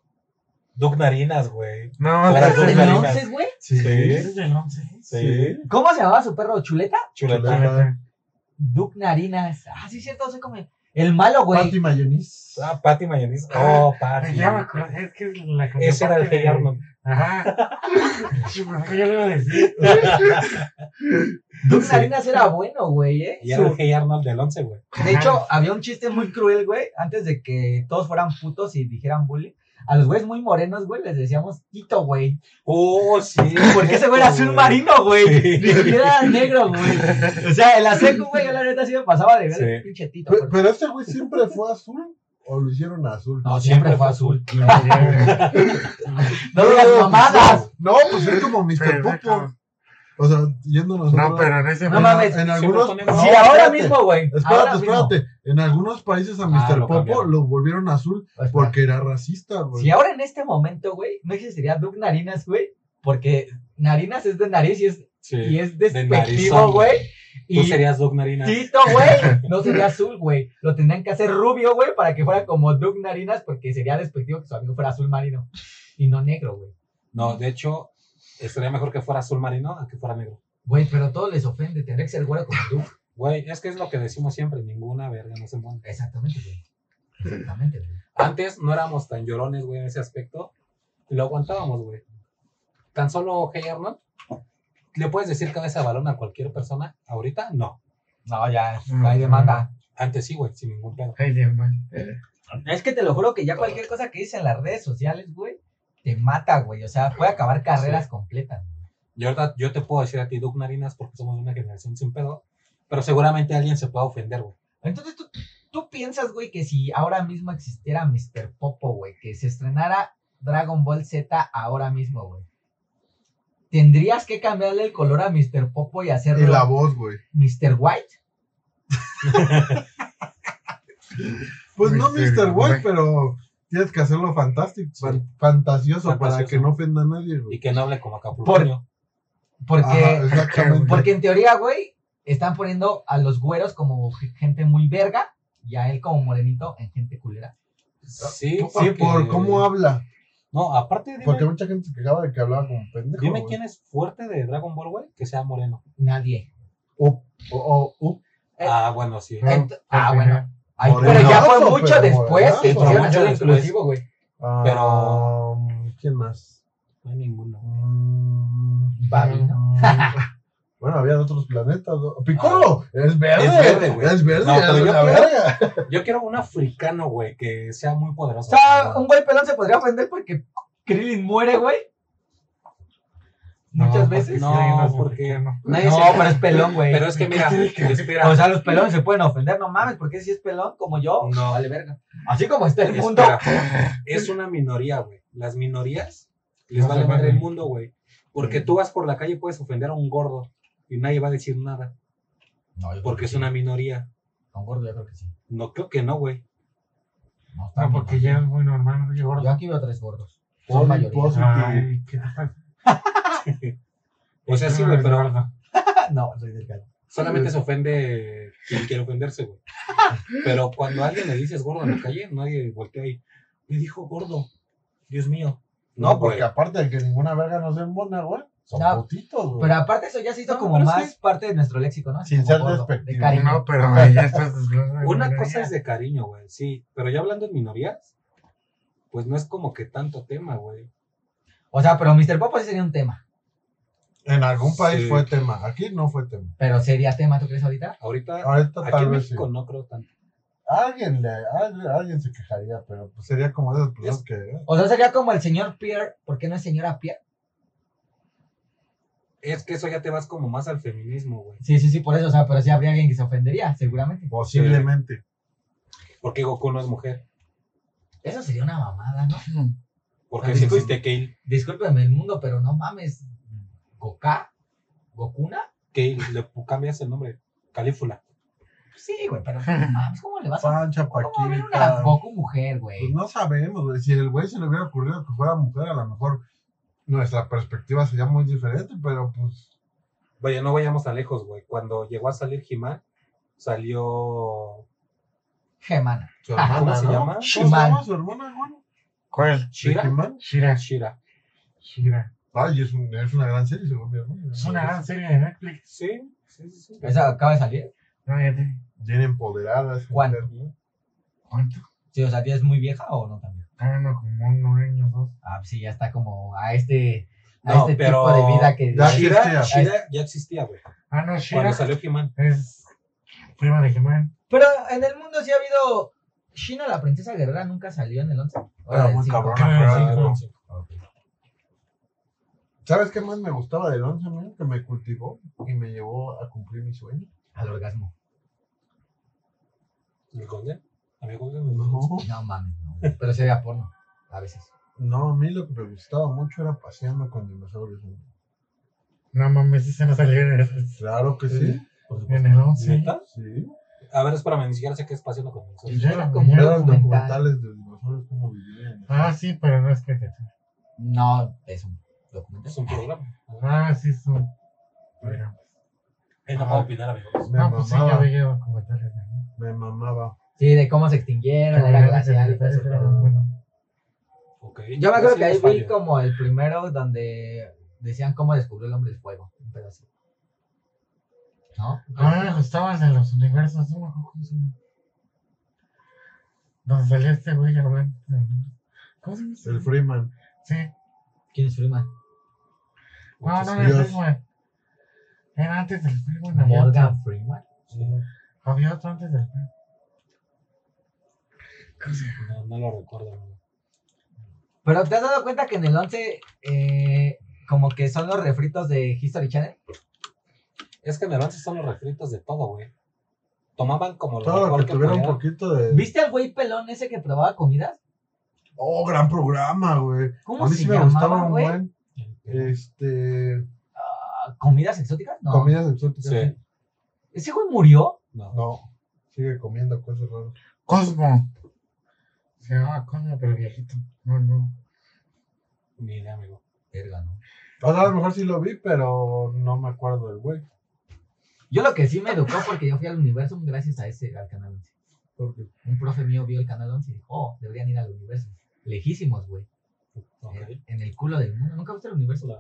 Doug Narinas, güey. No, Era ¿tú ¿Pero Doug es crees? del Narinas. once, güey? Sí. Sí. ¿Eres del once? Sí. ¿Cómo se llamaba su perro? ¿Chuleta? Chuleta. Chuleta. Duke Narinas. Ah, sí, cierto, se come. El malo, güey. Patty Mayonis. Ah, Patty Mayonnaise. Oh, Ah, Patty. Ya me acordé, es que es la canción. Ese era el Hey Arnold. Ajá. Sí, ¿por qué yo le iba a decir. Duke Narinas era bueno, güey, ¿eh? Y era Su- el Hey Arnold del 11, güey. De hecho, había un chiste muy cruel, güey, antes de que todos fueran putos y dijeran bullying. A los güeyes muy morenos, güey, les decíamos Tito, güey. Oh, sí. Porque ese güey era azul marino, güey. Ni siquiera era negro, güey. O sea, en la secu, güey, yo la neta sí me pasaba de ver Sí. el pinche Tito. Pe- güey. Pero este güey siempre fue azul o lo hicieron azul. No, siempre fue azul. No, ya, No digas mamadas. No, pues es como Mr. pero- Popo. O sea, yéndonos. a No, otro- pero en ese No momento- mames. En Sí, algunos. me ponen- No, Sí, ahora espérate, mismo, güey. Espérate, Ahora mismo. Ah, espérate. En algunos países a Mr. lo Popo cambiaron. lo volvieron azul Espera. porque era racista, güey. Si ahora en este momento, güey, no existiría Doug Narinas, güey, porque Narinas es de nariz y es, y Sí. es narizón, despectivo, güey. güey. Tú Y serías Doug Narinas. Tito, güey, no sería azul, güey. Lo tendrían que hacer rubio, güey, para que fuera como Doug Narinas, porque sería despectivo que su amigo fuera azul marino y no negro, güey. No, de hecho, estaría mejor que fuera azul marino a que fuera negro. Güey, pero todo les ofende, tendría que ser güero como tú. Güey, es que es lo que decimos siempre, ninguna verga no se monta. Exactamente, güey. Exactamente, güey. Antes no éramos tan llorones, güey, en ese aspecto. Lo aguantábamos, güey. Tan solo Hey Arnold, ¿le puedes decir cabeza de balón a cualquier persona ahorita? No. No, ya, no hay demanda. Antes sí, güey, sin ningún pedo. Ay, Dios mío. Es que te lo juro que ya cualquier cosa que dicen en las redes sociales, güey, te mata, güey. O sea, puede acabar carreras completas. Yo, ahorita, yo te puedo decir a ti, Doug Narinas, porque somos de una generación sin pedo, pero seguramente alguien se pueda ofender, güey. Entonces, ¿tú, tú piensas, güey, que si ahora mismo existiera Mr. Popo, güey, que se estrenara Dragon Ball Z ahora mismo, güey. ¿Tendrías que cambiarle el color a Mr. Popo y Y hacerlo la voz, güey. Mr. White? Pues no Mr. Mr. White, White. pero tienes que hacerlo fantástico, fan- fantasioso, para Fantasioso. que no ofenda a nadie, güey. Y que no hable como Acapulco. Porque, Ajá, exactamente. porque en teoría, güey, están poniendo a los güeros como g- gente muy verga y a él como morenito en gente culera. Sí, Por- sí. por que- cómo habla. No, aparte dime, Porque mucha gente se quejaba de que hablaba como un pendejo. dime güey. quién es fuerte de Dragon Ball, güey, que sea moreno. Nadie. O, o, o, o- Eh. Ah, bueno, sí. No, Ent- pues, ah, bueno. Ay, pero Morenazo, ya fue pero mucho después morenazo. que Sí, pero quisieron mucho hacerlo después. inclusivo, güey. ah, Pero- um, ¿Quién más? No hay ninguno. Mm, Babino. mm, bueno, había de otros planetas. ¿no? ¡Piccolo! ¡Es verde! Ah, Es verde, güey. ¡Es verde! No, pero es yo la creo- verga. Yo quiero un africano, güey, que sea muy poderoso. O sea, un güey pelón se podría ofender porque Krillin muere, güey. Muchas No, veces. no, sí, porque- africano. Nadie No, se- pero es pelón, güey. Pero es que mira, espera. O sea, los pelones se pueden ofender, no mames, porque si es pelón como yo, No. vale verga. Así como está el mundo. Espera, es una minoría, güey. Las minorías les No vale se madre el vale. mundo, güey. Porque Sí. tú vas por la calle y puedes ofender a un gordo y nadie va a decir nada. No, yo creo Porque que es sí. una minoría. Con gordo yo creo que sí. No, creo que no, güey. No, está bien, No, Ah, porque ¿no? ya es muy normal, no llegó Yo aquí veo tres gordos. Son Poli mayoría. positive. Ay, qué pasa. O sea, sí, No, güey, pero gordo. No, soy delgado. solamente se ofende quien quiere ofenderse, güey. Pero cuando a alguien le dices gordo en la calle, nadie voltea ahí. Me dijo gordo. Dios mío. No, No, güey. porque aparte de que ninguna verga no se embona, güey. Son No. putitos, güey. Pero aparte eso ya se hizo No, como pero es más parte de nuestro léxico, ¿no? Así Sin como ser gordo, despectivo, De cariño. No, pero güey, ya estás desglosando, Una güey, cosa ya. es de cariño, güey, sí, pero ya hablando en minorías, pues no es como que tanto tema, güey. O sea, pero Mr. Popo sí sería un tema. En algún país Sí. fue tema. Aquí no fue tema. Pero sería tema, ¿tú crees ahorita? Ahorita, Ahorita aquí tal en vez sí. México no creo tanto. Alguien, le, alguien, alguien se quejaría, pero pues sería como esas personas que. eh, O sea, sería como el señor Pierre. ¿Por qué no es señora Pierre? Es que eso ya te vas como más al feminismo, güey. Sí, sí, sí, por eso. O sea, pero sí habría alguien que se ofendería, seguramente. Posiblemente. Porque Goku no es mujer, Eso sería una mamada, ¿no? porque Ah, si sí, sí. existe Kale, Discúlpeme el mundo, pero no mames. ¿Goka? ¿Gokuna? Kale, le pu- cambias el nombre, Calífula. Sí, güey, pero no mames, ¿cómo le vas a... Pancha, ¿Cómo va a haber una Paquita. Goku mujer, güey? Pues no sabemos, güey. Si el güey se le hubiera ocurrido que fuera mujer, a lo mejor nuestra perspectiva sería muy diferente, pero pues. Vaya, no vayamos tan lejos, güey. Cuando llegó a salir Jimán, salió... Gemana. Su Ajá. hermana, ¿Cómo se ¿no? llama? ¿Cómo se Shimán. llama su hermana, güey? ¿Cuál? Shira. ¿Shimán? Shira. Shira. Shira. Ay, es, un- es una gran serie, según mi hermana. Es una gran serie de Netflix. Sí, sí, sí. sí. ¿Esa acaba de salir? No, ya te- Bien empoderada. esa ¿Cuál? mujer, ¿no? ¿Cuánto? Sí, o sea, ¿ya es muy vieja o no también? Ah, no, como un año, dos. Ah, sí, ya está como a este, a No, este pero- tipo de vida que... Ya Shira, existía. Shira ya existía, güey. Ah, no, Shira Cuando salió Jimán. es prima de Jimán. Pero en el mundo sí ha habido... Shino, la princesa guerrera, nunca salió en el 11. Era muy cabrón. Ah, no. ¿Sabes qué más me gustaba del 11, amigo? Que me cultivó y me llevó a cumplir mi sueño. Al orgasmo. ¿El Golden? ¿A mí el Golden? No, No mames, no. Pero se veía porno, a veces. no, a mí lo que me gustaba mucho era paseando con dinosaurios. amigo. No mames, ese no salió en el, Claro que sí. Por supuesto. en el 11. ¿Neta? Sí. A ver, espérame, ni siquiera sé qué es paseando con dinosaurios. Pues Ya Era lo como- vi. Eran documental. documentales de dinosaurios, cómo vivían. Ah, sí, pero no es caricatura. No, es un documento. Es un programa. Ah, sí, es un. Pero, Eh, no puedo opinar, amigos. Me no, pues sí, ya mamaba, veía documentales de ahí. me mamaba. Sí, de cómo se extinguieron, la era glacial y todo ese Era pedo. muy bueno. Ok. Yo me acuerdo que ahí vi fallo. como el primero donde decían cómo descubrió el hombre del fuego. Un pedazo. ¿No? Ah, me gustaba el de los universos. No me acuerdo cómo se llama. Donde salía este güey hablando. ¿Cómo se llama? ese El güey? Freeman. Sí. ¿Quién es Freeman? No, no era el Dios. Freeman. Era antes del Freeman. Había otro. Morgan Freeman. Sí, Había otro antes del Freeman. ¿Cómo se llama? No, no lo recuerdo, amigo. Pero te has dado cuenta que en el 11, eh, como que son los refritos de History Channel. Es que en el avance son los refritos de todo, güey. Tomaban como lo Todo lo mejor que que tuviera un pudieran. poquito de. ¿Viste al güey pelón ese que probaba comidas? Oh, gran programa, güey. ¿Cómo A mí se sí me llamaba, gustaba un güey? buen. eh, Este. Ah, ¿Comidas exóticas? No. Comidas exóticas. Sí, sí. ¿Ese güey murió? no. No. Sigue comiendo cosas raras. Cosmo. Se llamaba Cosmo, pero viejito. No, no. Ni idea, amigo. Verga, no. O sea, a lo mejor sí lo vi, pero no me acuerdo del güey. Yo lo que sí me educó porque yo fui al Universum gracias a ese, al Canal 11. Porque Un profe mío vio el Canal 11 y dijo, oh, deberían ir al Universum. Lejísimos, güey. Ok. En- En el culo del mundo. ¿Nunca viste el Universum?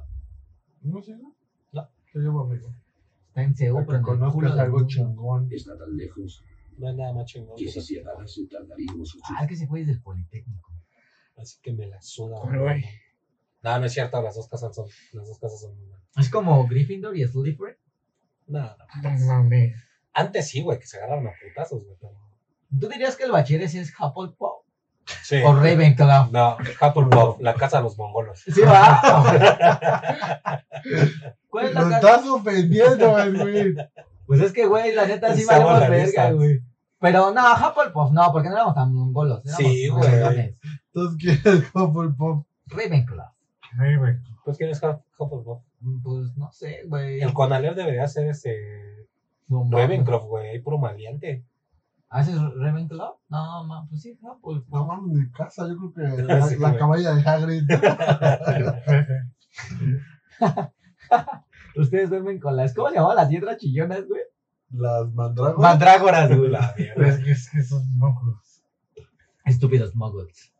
No sé, ¿no? No. Te llevo, amigo. Está en Seúl, Para pero en el que culo conozcas del algo mundo. chingón. Está tan lejos No hay nada más chingón. que que si eso. llegaras se tardaríamos ocho Ah, es que ese güey es del Politécnico. Así que me la suda. Pero, güey. güey. No, no es cierto. Las dos casas son. Las dos casas son. Es como Gryffindor y Slytherin. No, no. No mames. Antes sí, güey, que se agarraron a putazos, güey. pero- ¿Tú dirías que el bachiller sí es Hufflepuff Sí. o Ravenclaw? No, Hufflepuff, la casa de los mongolos. Sí, va. ¿Cuál es Lo la cara? estás ofendiendo, güey. Pues es que, güey, la neta sí Somos valemos verga, realistas. güey. Pero no, Hufflepuff no, porque no éramos tan mongolos. Éramos Sí, güey. chingones. Entonces, ¿quién es Hufflepuff? Ravenclaw. Ay, güey. Pues quién es Huff- Hufflepuff. Pues no sé, güey. El Conalep debería ser ese. No, mames. Ravencroft, güey, puro maleante. ¿Ah, ese es Ravenclaw? No, ma, pues sí, Hufflepuff. No mames, mi casa, yo creo que la, Sí, la güey. caballa de Hagrid. Ustedes duermen con las. ¿Cómo se llamaban las piedras chillonas, güey? Las mandrágoras. Mandrágoras, güey. La mierda. Es que, es que esos mocos. Estúpidos muggles.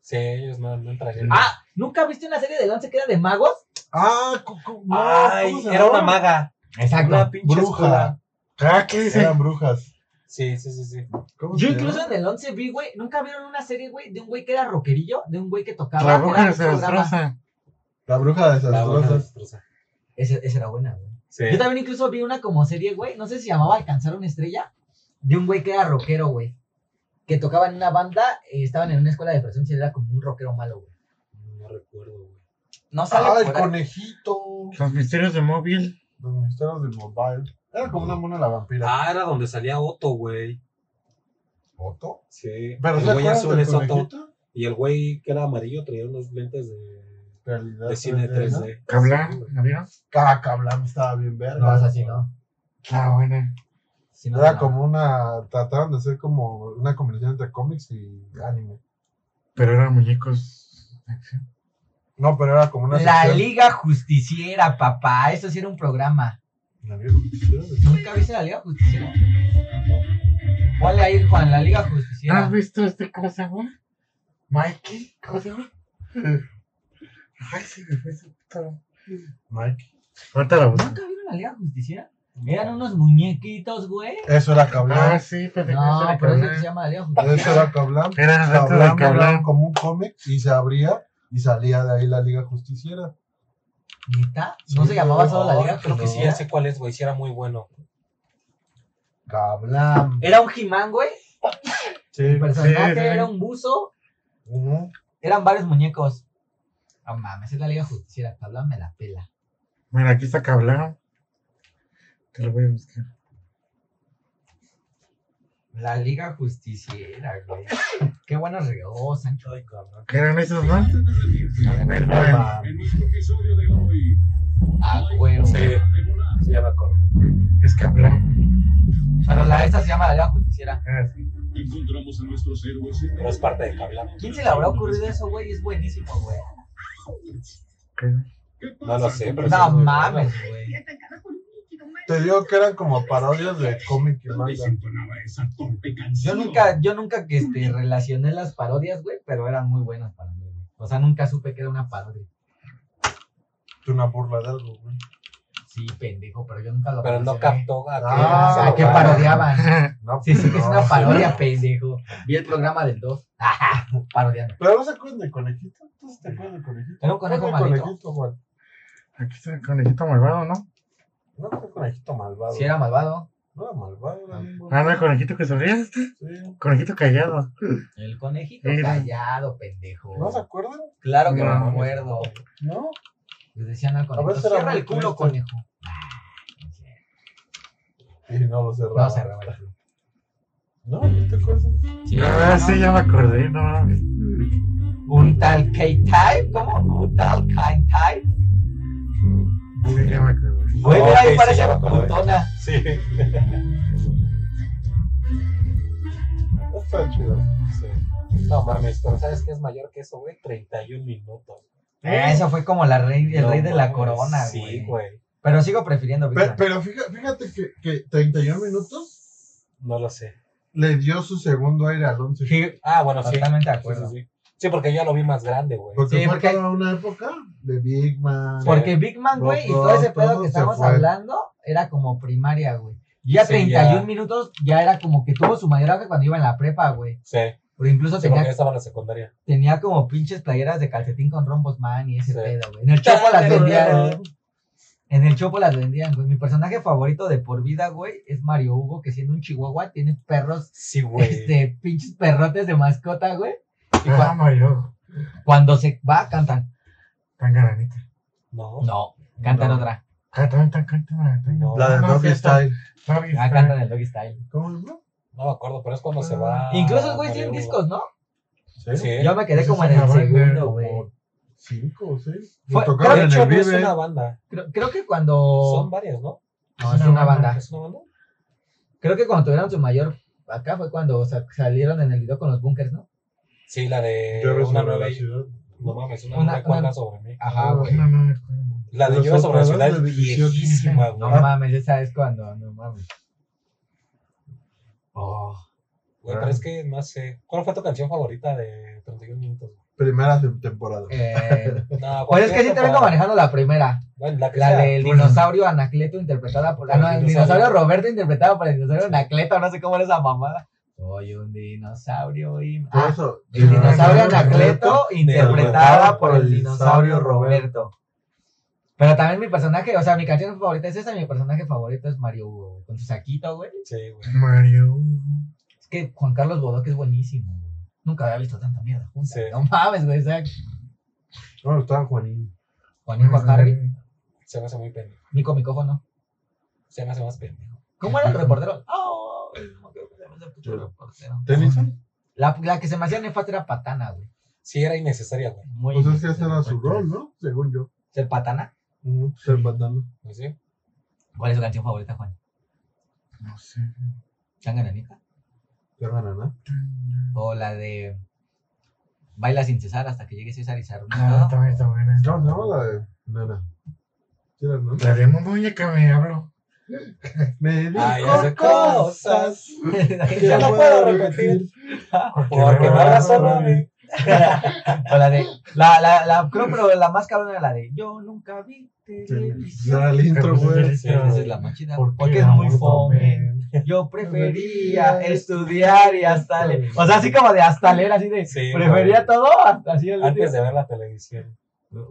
Sí, ellos no, no entrarían. Ah, ¿nunca viste una serie del once que era de magos? ah, co- co- no, Ay, ¿cómo se era una llamaban? maga. Una Exacto. pinche Bruja. escuela. Ah, ¿qué dice? Eran brujas. Sí, sí, sí, sí. ¿Cómo Yo se incluso llama? en el 11 vi, güey, ¿nunca vieron una serie, güey, de un güey que era rockerillo? De un güey que tocaba. La que bruja era de un programa. destroza. La bruja de La buena las destroza. Ese- Esa era buena, güey. Sí. Eh. Yo también incluso vi una como serie, güey, no sé si se llamaba Alcanzar una estrella, de un güey que era rockero, güey. Que tocaba en una banda, eh, estaban en una escuela de presión y era como un rockero malo, güey. No recuerdo, güey. No sale Ah, el por ahí. conejito. Los misterios de móvil. Los misterios del mobile. Era como una mona la vampira. Ah, era donde salía Otto, güey. ¿Otto? Sí. Pero el ¿se güey acuerdan azul del es Otto. conejito? Y el güey que era amarillo traía unos lentes de, Realidad. de cine 3D, ¿no? 3D. Cabla, ¿la vieron? Caca, Blam estaba bien verga. No, es así, ¿no? La buena. Si no, Era no. como una. Trataban de hacer como una combinación entre cómics y anime. Pero eran muñecos de acción. No, pero era como una. La sección- Liga Justiciera, papá. Eso sí era un programa. La Liga. ¿Nunca viste la Liga Justiciera? Ponle ahí, Juan, la Liga Justiciera. ¿Has visto este cómo se llama? Mikey, ¿cómo se llama? Ay, se me fue su puta. Mike. Ahorita la busco. ¿Nunca vieron la Liga Justiciera? Eran unos muñequitos, güey. Eso era Cablam. Ah, sí, pensé que No, se le pero eso cabla. que se llama la Liga Eso Justiciera. era Cablam. Era el rato de Cablam era cablar. como un cómic y se abría y salía de ahí la Liga Justiciera. ¿Neta? ¿No Sí, se llamaba no, solo la Liga Creo que sí, Justiciera? ya sé cuál es, güey. Sí, era muy bueno. Cablam. Era un He-Man, güey. Sí. El personaje sí. Pues, era un buzo. Ujú. Eran varios muñecos. No mames, es la Liga Justiciera. Cabla me la pela. Mira, aquí está cablar. Te lo voy a buscar. La Liga Justiciera, güey. Qué bueno regó, Sancho. Ay, cabrón. ¿Qué eran esos, no? Verdad. En nuestro episodio de hoy, Ah, güey. Sí, sí, ya me acuerdo. Es cablar. Pero la esta se llama la Liga Justiciera. Ah, encontramos a nuestros héroes. Pero es parte de Cabla. ¿Quién se le habrá ocurrido eso, güey? Es buenísimo, güey. No lo sé, pero No sí, güey. mames, güey. Te digo que eran como parodias de cómic y ¿Dónde se manga. entonaba esa torpe Yo canción? nunca, yo nunca que este, relacioné las parodias, güey, pero eran muy buenas para mí, güey. O sea, nunca supe que era una parodia. Una burla de algo, güey. Sí, pendejo, pero yo nunca lo Pero no relacioné. captó a Ah, ¿A que qué parodiaban? No, Sí, sí, que es no, una sí. parodia, pendejo. Vi el programa del 2. Parodiando. Pero no se acuerdan de conejito. Entonces te acuerdas de conejito. Era un conejo ¿Cuál era el malito. conejito, Juan? Aquí está el conejito malvado, ¿no? No fue conejito malvado. Si era malvado. No era malvado, era bien Ah, no, el bonito. conejito que sonríe. este. Sí. Conejito callado. El conejito Era. callado, ¿No se pendejo. acuerdan? Claro que me No, no. acuerdo. ¿No? Les decían al conejo. veces era Cierra muy el culo, triste". conejo. Ah, no sé. Y no lo cerraba. No cerraba el culo. No, no te acuerdas. Ah, sí, ya me acordé, no mames. Un tal K-Type, ¿cómo? Un tal K-Type. Sí, ya me acordé. Güey, No, mira, ahí ok, sí, parece ya me acordé. putona. Sí. Está chido. sí. No mames, pero ¿sabes qué es mayor que eso, güey? 31 minutos. Eh, Eso fue como la rey, el No rey de la mames, corona, güey. Sí, güey. Pero sigo prefiriendo Pe- Big Pero, Bang. fija- fíjate, que, que 31 minutos No lo sé. le dio su segundo aire al 11. Sí, Ah, bueno, sí. Totalmente de Sí, acuerdo. sí, sí. Sí, porque yo lo vi más grande, güey. Porque Sí, fue porque- toda una época de Big Man. Porque Big Man, Los güey, y todo dos, ese pedo todo que se estamos fue. hablando era como primaria, güey. Y Ya Sí, 31 ya. minutos ya era como que tuvo su mayor auge cuando iba en la prepa, güey. Sí, Pero incluso sí, porque yo tenía, estaba en la secundaria. tenía como pinches playeras de calcetín con rombos, man, y ese Sí. pedo, güey. En el chopo las vendían. En el chopo las vendían, güey. Mi personaje favorito de por vida, güey, es Mario Hugo, que siendo un chihuahua tiene perros, Sí, güey. este, pinches perrotes de mascota, güey. Y cua- Ah, Mario, cuando se va, cantan. tan garanita. No. No, cantan No. otra. Cantan, tan, cantan, No. La de No, Doggy fiesta. Style. Doggy Ah, Style. cantan el doggy style. ¿Cómo es, no? No me acuerdo, pero es cuando se Ah. va. Incluso el güey Ah, Mario. tienen discos, ¿no? ¿Sí? Sí. Yo me quedé Entonces, como en el habrá de segundo, como güey. Cinco o seis. Fue- Nos creo tocaron De en hecho, el no es Vive. una banda. Creo, creo que cuando. Son varias, ¿no? No, es una banda. ¿Es una banda? Creo que cuando tuvieron su mayor. Acá fue cuando sa- salieron en el video con los bunkers, ¿no? Sí, la de. Llueve una sobre nueva. la ciudad. No mames, una, Una- nueva cuerda una- sobre mí. Ajá, güey. No, no, no. La de Los Llueve sobre la ciudad Operadores es de División. viejísima, No güey. mames, esa es cuando. No mames. Oh. Güey, pero es que no sé. ¿Cuál fue tu canción favorita de 31 minutos? Primera tem- temporada. Eh, No, pues es que sí te vengo manejando la primera. Bueno, la que La sea. del Bueno, dinosaurio Anacleto interpretada por. Por Ah, no, el el dinosaurio. dinosaurio Roberto interpretado por el dinosaurio Anacleto, no sé cómo era esa mamada. Soy un dinosaurio y. Por Ah, eso, el dinosaurio Ah, Anacleto interpretada por el dinosaurio Roberto. Pero también mi personaje, o sea, mi canción favorita es esa y mi personaje favorito es Mario güey, con su saquito, güey. Sí, güey. Mario. Es que Juan Carlos Bodoque es buenísimo, güey. Nunca había visto tanta mierda junta. Sí. No mames, güey. O sea, No, estaba Juanín. Juan y Juan Harry, Se me hace muy pendejo. Nico Micojo, no. Se me hace más pendejo. ¿Cómo era el reportero? Oh, no creo que se me hace el puto reportero. ¿Tennyson? La, la que se me hacía nefasta era patana, güey. Sí, era innecesaria, güey. Muy Pues es que ese innecesario. era su rol, ¿no? Según yo. ¿Ser patana? Ser bandana. ¿No sé? ¿Cuál es su canción favorita, Juan? No sé. ¿Changananita? Ser banana. ¿O la de Baila sin cesar hasta que llegue César y se arruine Ah. No, todo? también está buena. No, no, la de nana. ¿Sí era nana? La de muñeca me hablo. Me Ay, dijo hace cosas. que ya no puedo repetir. Porque no habrá solo de- o la de... La, la, la, creo, pero la más cabrona era la de Yo nunca vi televisión. Era el intro, güey. Sí, Esa es la más chida. Porque es muy fome. Yo prefería estudiar y hasta leer. O sea, así como de hasta leer, así de. Sí, prefería güey. todo hasta así el Antes de ver la televisión.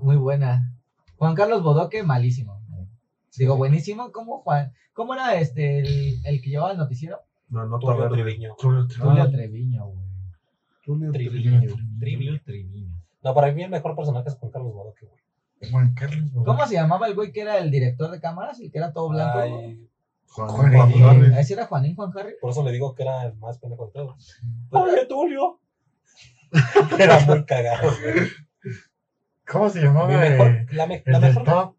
Muy buena. Juan Carlos Bodoque, malísimo. Digo, buenísimo. ¿Cómo, Juan? ¿Cómo era este el, el que llevaba el noticiero? No, Ah, no, Tulio Tulio Triviño. Tulio Julio Triviño. Treviño, güey. Tulio Triviño. Triviño. Triviño. Julio Treviño. No, para mí el mejor personaje es Juan Carlos Bodoque, güey. Juan Carlos. güey. ¿Cómo se llamaba el güey que era el director de cámaras? El que era todo blanco. Ay, Juan Juan Juan Harry. Harry. ¿Ese era Juanín Juan Harry? por eso le digo que era el más pendejo de todos. ¡Oye, Tulio! Era muy cagado, güey. ¿Cómo se Mi llamaba? eh, mejor- La, me- la el del mejor. top.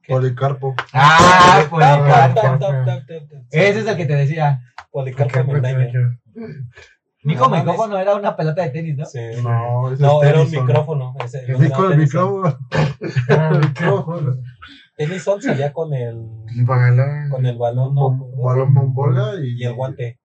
¿Qué? Policarpo. ¡Ah! Tap, Policarpo. tap, tap, tap, tap, tap. Ese es el que te decía. Policarpo Porque Mendaña. yo- Nico No mames. Micófono era una pelota de tenis, ¿no? Sí. No, ese No, es era un Tennyson. micrófono. Ese, Sí, con el micrófono. Ah, micrófono. Tennyson salía con el, El balón. con el balón, ¿no? Bom- Balón bombola y. Y el guante.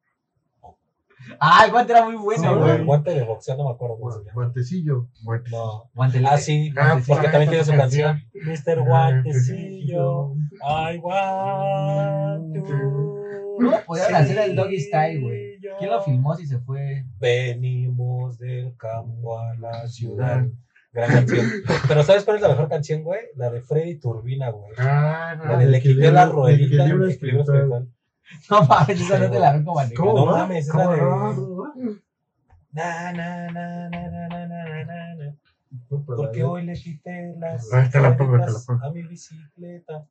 Ah, el guante era muy Sí, bueno, No, güey, güey. el guante de boxeo, no me acuerdo cómo se Gua- llama. Guantecillo. Guante. No. Guantelete. Ah, sí, Ah, Guantecillo. porque pues, también ah, tiene su esa canción. Mr. Guantecillo, Guantecillo. I want to. No, podían hacer el doggy style, güey. ¿Quién lo filmó si se fue? Venimos del campo a la ciudad. Gran canción. Pero ¿sabes cuál es la mejor canción, güey? La de Freddy Turbina, güey. Ah, La no. de Le quité la ruedita. Equilibrio Equilibrio espiritual. espiritual. No mames, esa no te la ven como anillo. ¿Cómo No va? mames, es ¿Cómo la de- va? Na, na, na, na, na, na, na, na, na. Porque Porque hoy le quité las Ah, te la pongo, te la llantas pongo. a mi bicicleta.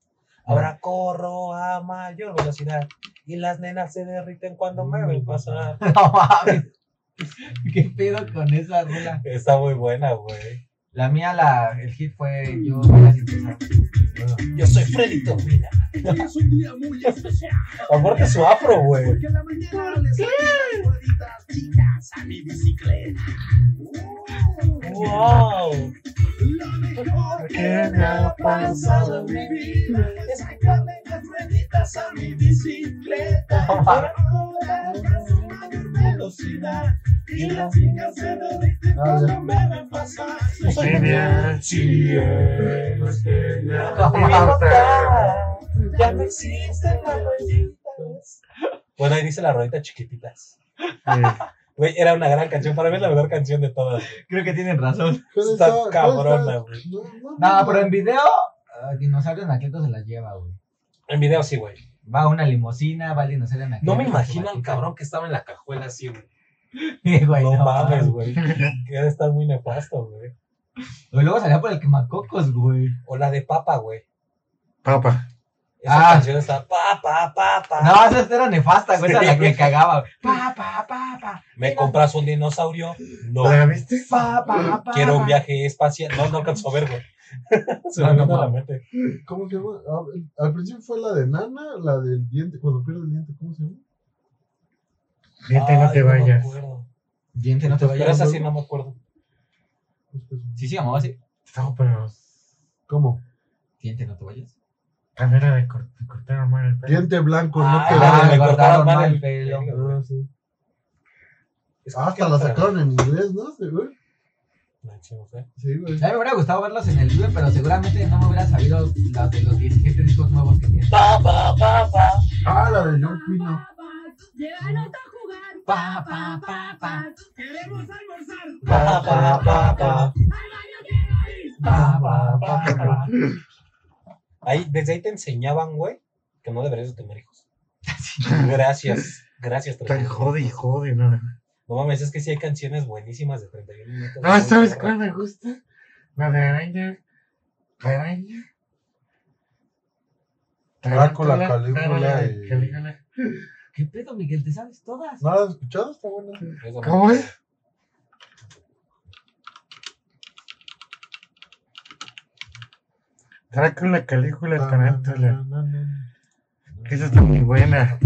Ahora corro a mayor velocidad y las nenas se derriten cuando me ven pasar. No mames. ¿Qué pedo con esa rola? Está muy buena, güey. La mía, la, el hit fue yo. baila sin cesar. Yo soy Freddy Turbina. Hoy es un día muy especial. Aparte su afro, güey. Porque en la mañana les saqué las rueditas chicas a mi bicicleta. ¡Wow! Lo mejor que me ha pasado en mi vida es sacarle las rueditas a mi bicicleta. Ahora alcanzo mayor velocidad y las chicas se derriten cuando me ven pasar. Soy Sí, bien. No mames. Ya no existen las rueditas. Bueno, ahí dice las rueditas chiquititas. Eh, Güey, era una gran canción. Para mí es la mejor canción de todas. Creo que tienen razón. Está cabrona, güey. No, pero en video, ah, Dinosaurio Anacleto se las lleva, güey. En video sí, güey. Va una limusina, va el dinosaurio Anacleto. No me imagino al el cabrón que estaba en la cajuela así, güey. güey, No mames, güey. güey. Que debe estar muy nefasto, güey. Luego salía por el quemacocos, güey. O la de papa, güey. Papa. Esa Ah. canción está pa, pa, pa, pa. No, esa era nefasta, güey. Esa Sí, la que güey. cagaba. güey. Pa, pa, pa, pa. ¿Me compras un dinosaurio? No. ¿La viste? Pa, pa, pa. Quiero un pa. viaje espacial. No, no alcanzó a ver, güey. Se me No, no, vino a la no. mente. ¿Cómo se llama? A- Al principio fue la de Nana, la del diente, cuando pierde el diente, ¿cómo se llama? Vete, no Ay, me te vayas. acuerdo. Diente, no te Pero vayas. esa sí no me acuerdo. Sí, sí, llamaba así. No, pero ¿Cómo? Diente, no te vayas. también era de cort- cortar mal el pelo. Diente blanco, no Ay, te la de Ah, vayas. me me cortaron cortaron mal mal el el pelo. pelo. Ah, sí. Es que Hasta qué la otra, sacaron en inglés, ¿no? Sí, güey. güey. Sí, no sé. Sí, güey. A mí me hubiera gustado verlos en el libro, pero seguramente no me hubiera sabido las de los 17 discos nuevos que tienen. Pa, pa, pa, pa. Ah, la de John Pino. Llévanos a jugar. Pa, pa, pa, pa. Queremos almorzar. Pa, pa, pa, pa. Al baño quiero ir. Pa, pa, pa, pa. Ahí, desde ahí te enseñaban, güey, que no deberías de tener hijos. Gracias, gracias. Está 31. jode y jode, no. No mames, es que sí hay canciones buenísimas de 31 minutos. No, Ah, ¿sabes cuál me gusta? La de araña. Araña. Drácula, Tarántula, Calígula Drácula, y- Calígula. ¿Qué pedo, Miguel? ¿Te sabes todas? ¿No la has escuchado? Está buena. Eso, ¿Cómo es? Drácula, Calígula, Ah, Tarántula. Na, na, na, na. Esa está muy buena.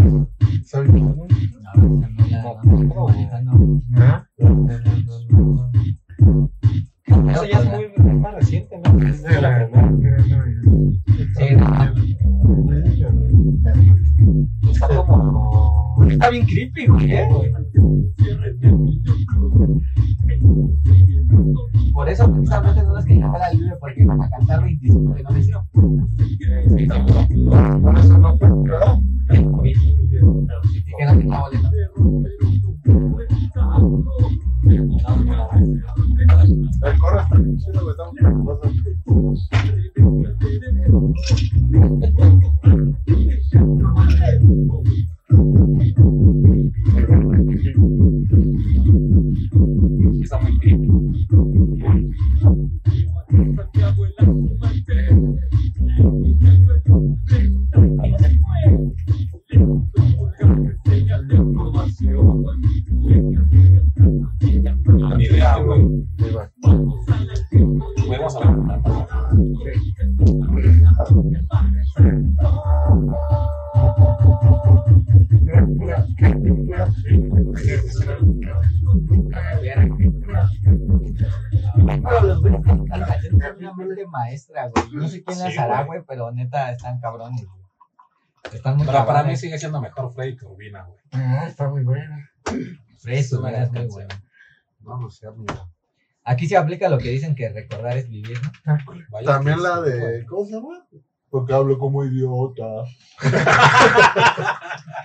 ¿Sabes No, cómo? esa no, la- no, esa no. Ah, Na, na, ¿No? na, na. Eso ya es muy más reciente, ¿no? Es de la. primera. Sí, no. Está como. Está bien creepy, güey. ¿Qué, ¿eh? güey? Por eso justamente no las quería cantar al libro, porque para cantar 25 que no me hicieron. Por eso no fue. Y que no tenía boleto. El coro está bien chido, güey, está muy cosa. Está muy creepy. Ni idea, güey. Ahí va. Vamos a la Drácula, Calígula. Pero los güeyes que cantan canciones son una mente maestra, güey. No sé quién Sí, las hará, güey. güey, pero neta están cabrones, güey. Están muy Pero para mí cabrones. sigue siendo mejor Freddy Turbina, güey. Ah, está muy buena. Fresco, es una ¿verdad? Es muy canción. bueno. Vamos, sea, mira. Aquí se aplica lo que dicen que recordar es vivir, ¿no? Drácula. Vaya También que la sí, güey. de. ¿Cómo se llama? Porque hablo como idiota.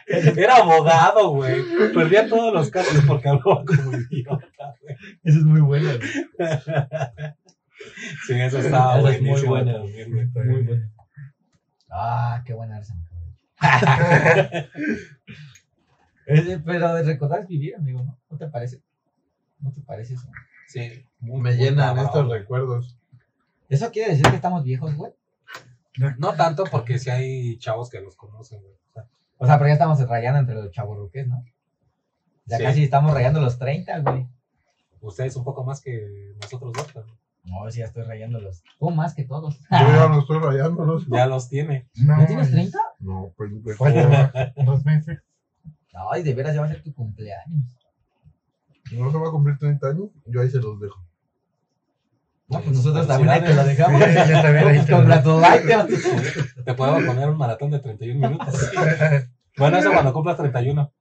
Era abogado, güey. Perdía todos los casos porque hablaba como idiota, güey. Eso es muy bueno, güey. Sí, eso estaba Esa es muy buenísimo buena. también, güey. Muy buena. Ah, qué buena esa. Ese- Pero de recordar es vivir, amigo, ¿no? ¿No te parece? ¿No te parece eso? Sí, muy Me muy llenan cabrón. estos recuerdos. ¿Eso quiere decir que estamos viejos, güey? No tanto porque si hay chavos que los conocen, güey. O sea, O sea, pero ya estamos rayando entre los chavorruques, ¿no? Ya Sí. casi estamos rayando los 30, güey. ustedes un poco más que nosotros dos, pero No, sí, ya estoy rayando los. Tú más que todos. Yo ya no estoy rayándolos. ya los tiene. No, ¿No tienes 30? No, pues, pues, Fue hace dos meses. Ay, de veras ya va a ser tu cumpleaños. no se va a cumplir 30 años. Yo ahí se los dejo. No, pues nosotros también ahí te lo Sí, dejamos. yo también ahí Pues te lo- congratulate. Te puedo poner un maratón de 31 minutos. Bueno, eso cuando cumplas 31.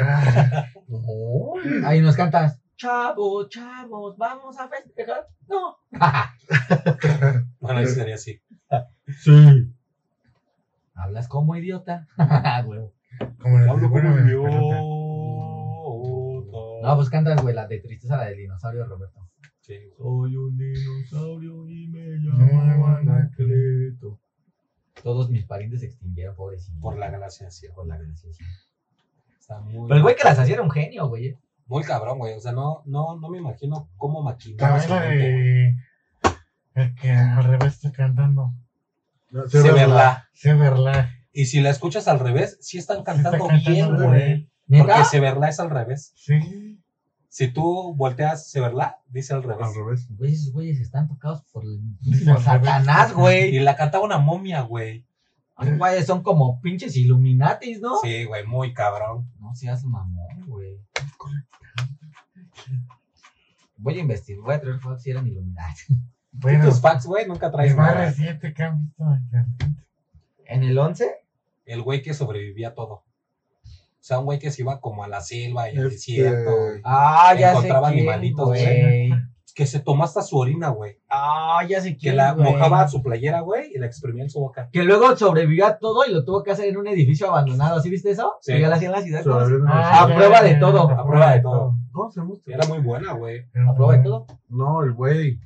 Ah, No. Ahí nos cantas. Chavos, chavos, vamos a festejar. No. Bueno, eso sería así. Sí. Hablas como idiota. Huevo. Como la Hablo como película de la pelota. idiota. No, pues cantas, güey, la de tristeza, la del dinosaurio, Roberto. Sí, güey. Soy un dinosaurio y me llaman Anacleto. Todos mis parientes se extinguieron, pobrecito. Por la gracia, sí. Por la gracia. sí. Está muy, Pero el güey que las hacía era un genio, güey. ¿eh? muy cabrón, güey. O sea, no, no, no me imagino cómo maquinaba. También esa la gente, güey. de. El que al revés está cantando. No, se verla. Se verla. Y si la escuchas al revés, sí están Se está cantando bien, cantando, güey. güey. Porque ¿Neta? se verla es al revés. Sí. Si tú volteas se verla, dice al revés. Al revés. Güey, esos güeyes están tocados por, Dicen por al revés. Satanás, Y güey. la cantaba una momia, güey. Esos güeyes son como pinches Illuminatis, ¿no? Sí, güey, muy cabrón. No seas mamón, güey. Voy a investigar, voy a traer fotos si eran Illuminati. Bueno, Tus packs, güey, nunca traes el más nada. reciente que han visto acá. ¿En el 11? El güey que sobrevivía a todo. O sea, un güey que se iba como a la selva y al Este- desierto. y- Ah, ya sé. Encontraba quién, animalitos, güey. Que se tomó hasta su orina, güey. Ah, ya sé Que quién, la güey. mojaba a su playera, güey, y la exprimía en su boca. Que luego sobrevivió a todo y lo tuvo que hacer en un edificio abandonado. ¿Sí viste eso? Sí. Que ya lo hacía en la ciudad. ¿no? Todavía no- Ah, a prueba de todo, a prueba de todo. ¿Cómo se llama? Era muy buena, güey. ¿A prueba de todo? No, el güey.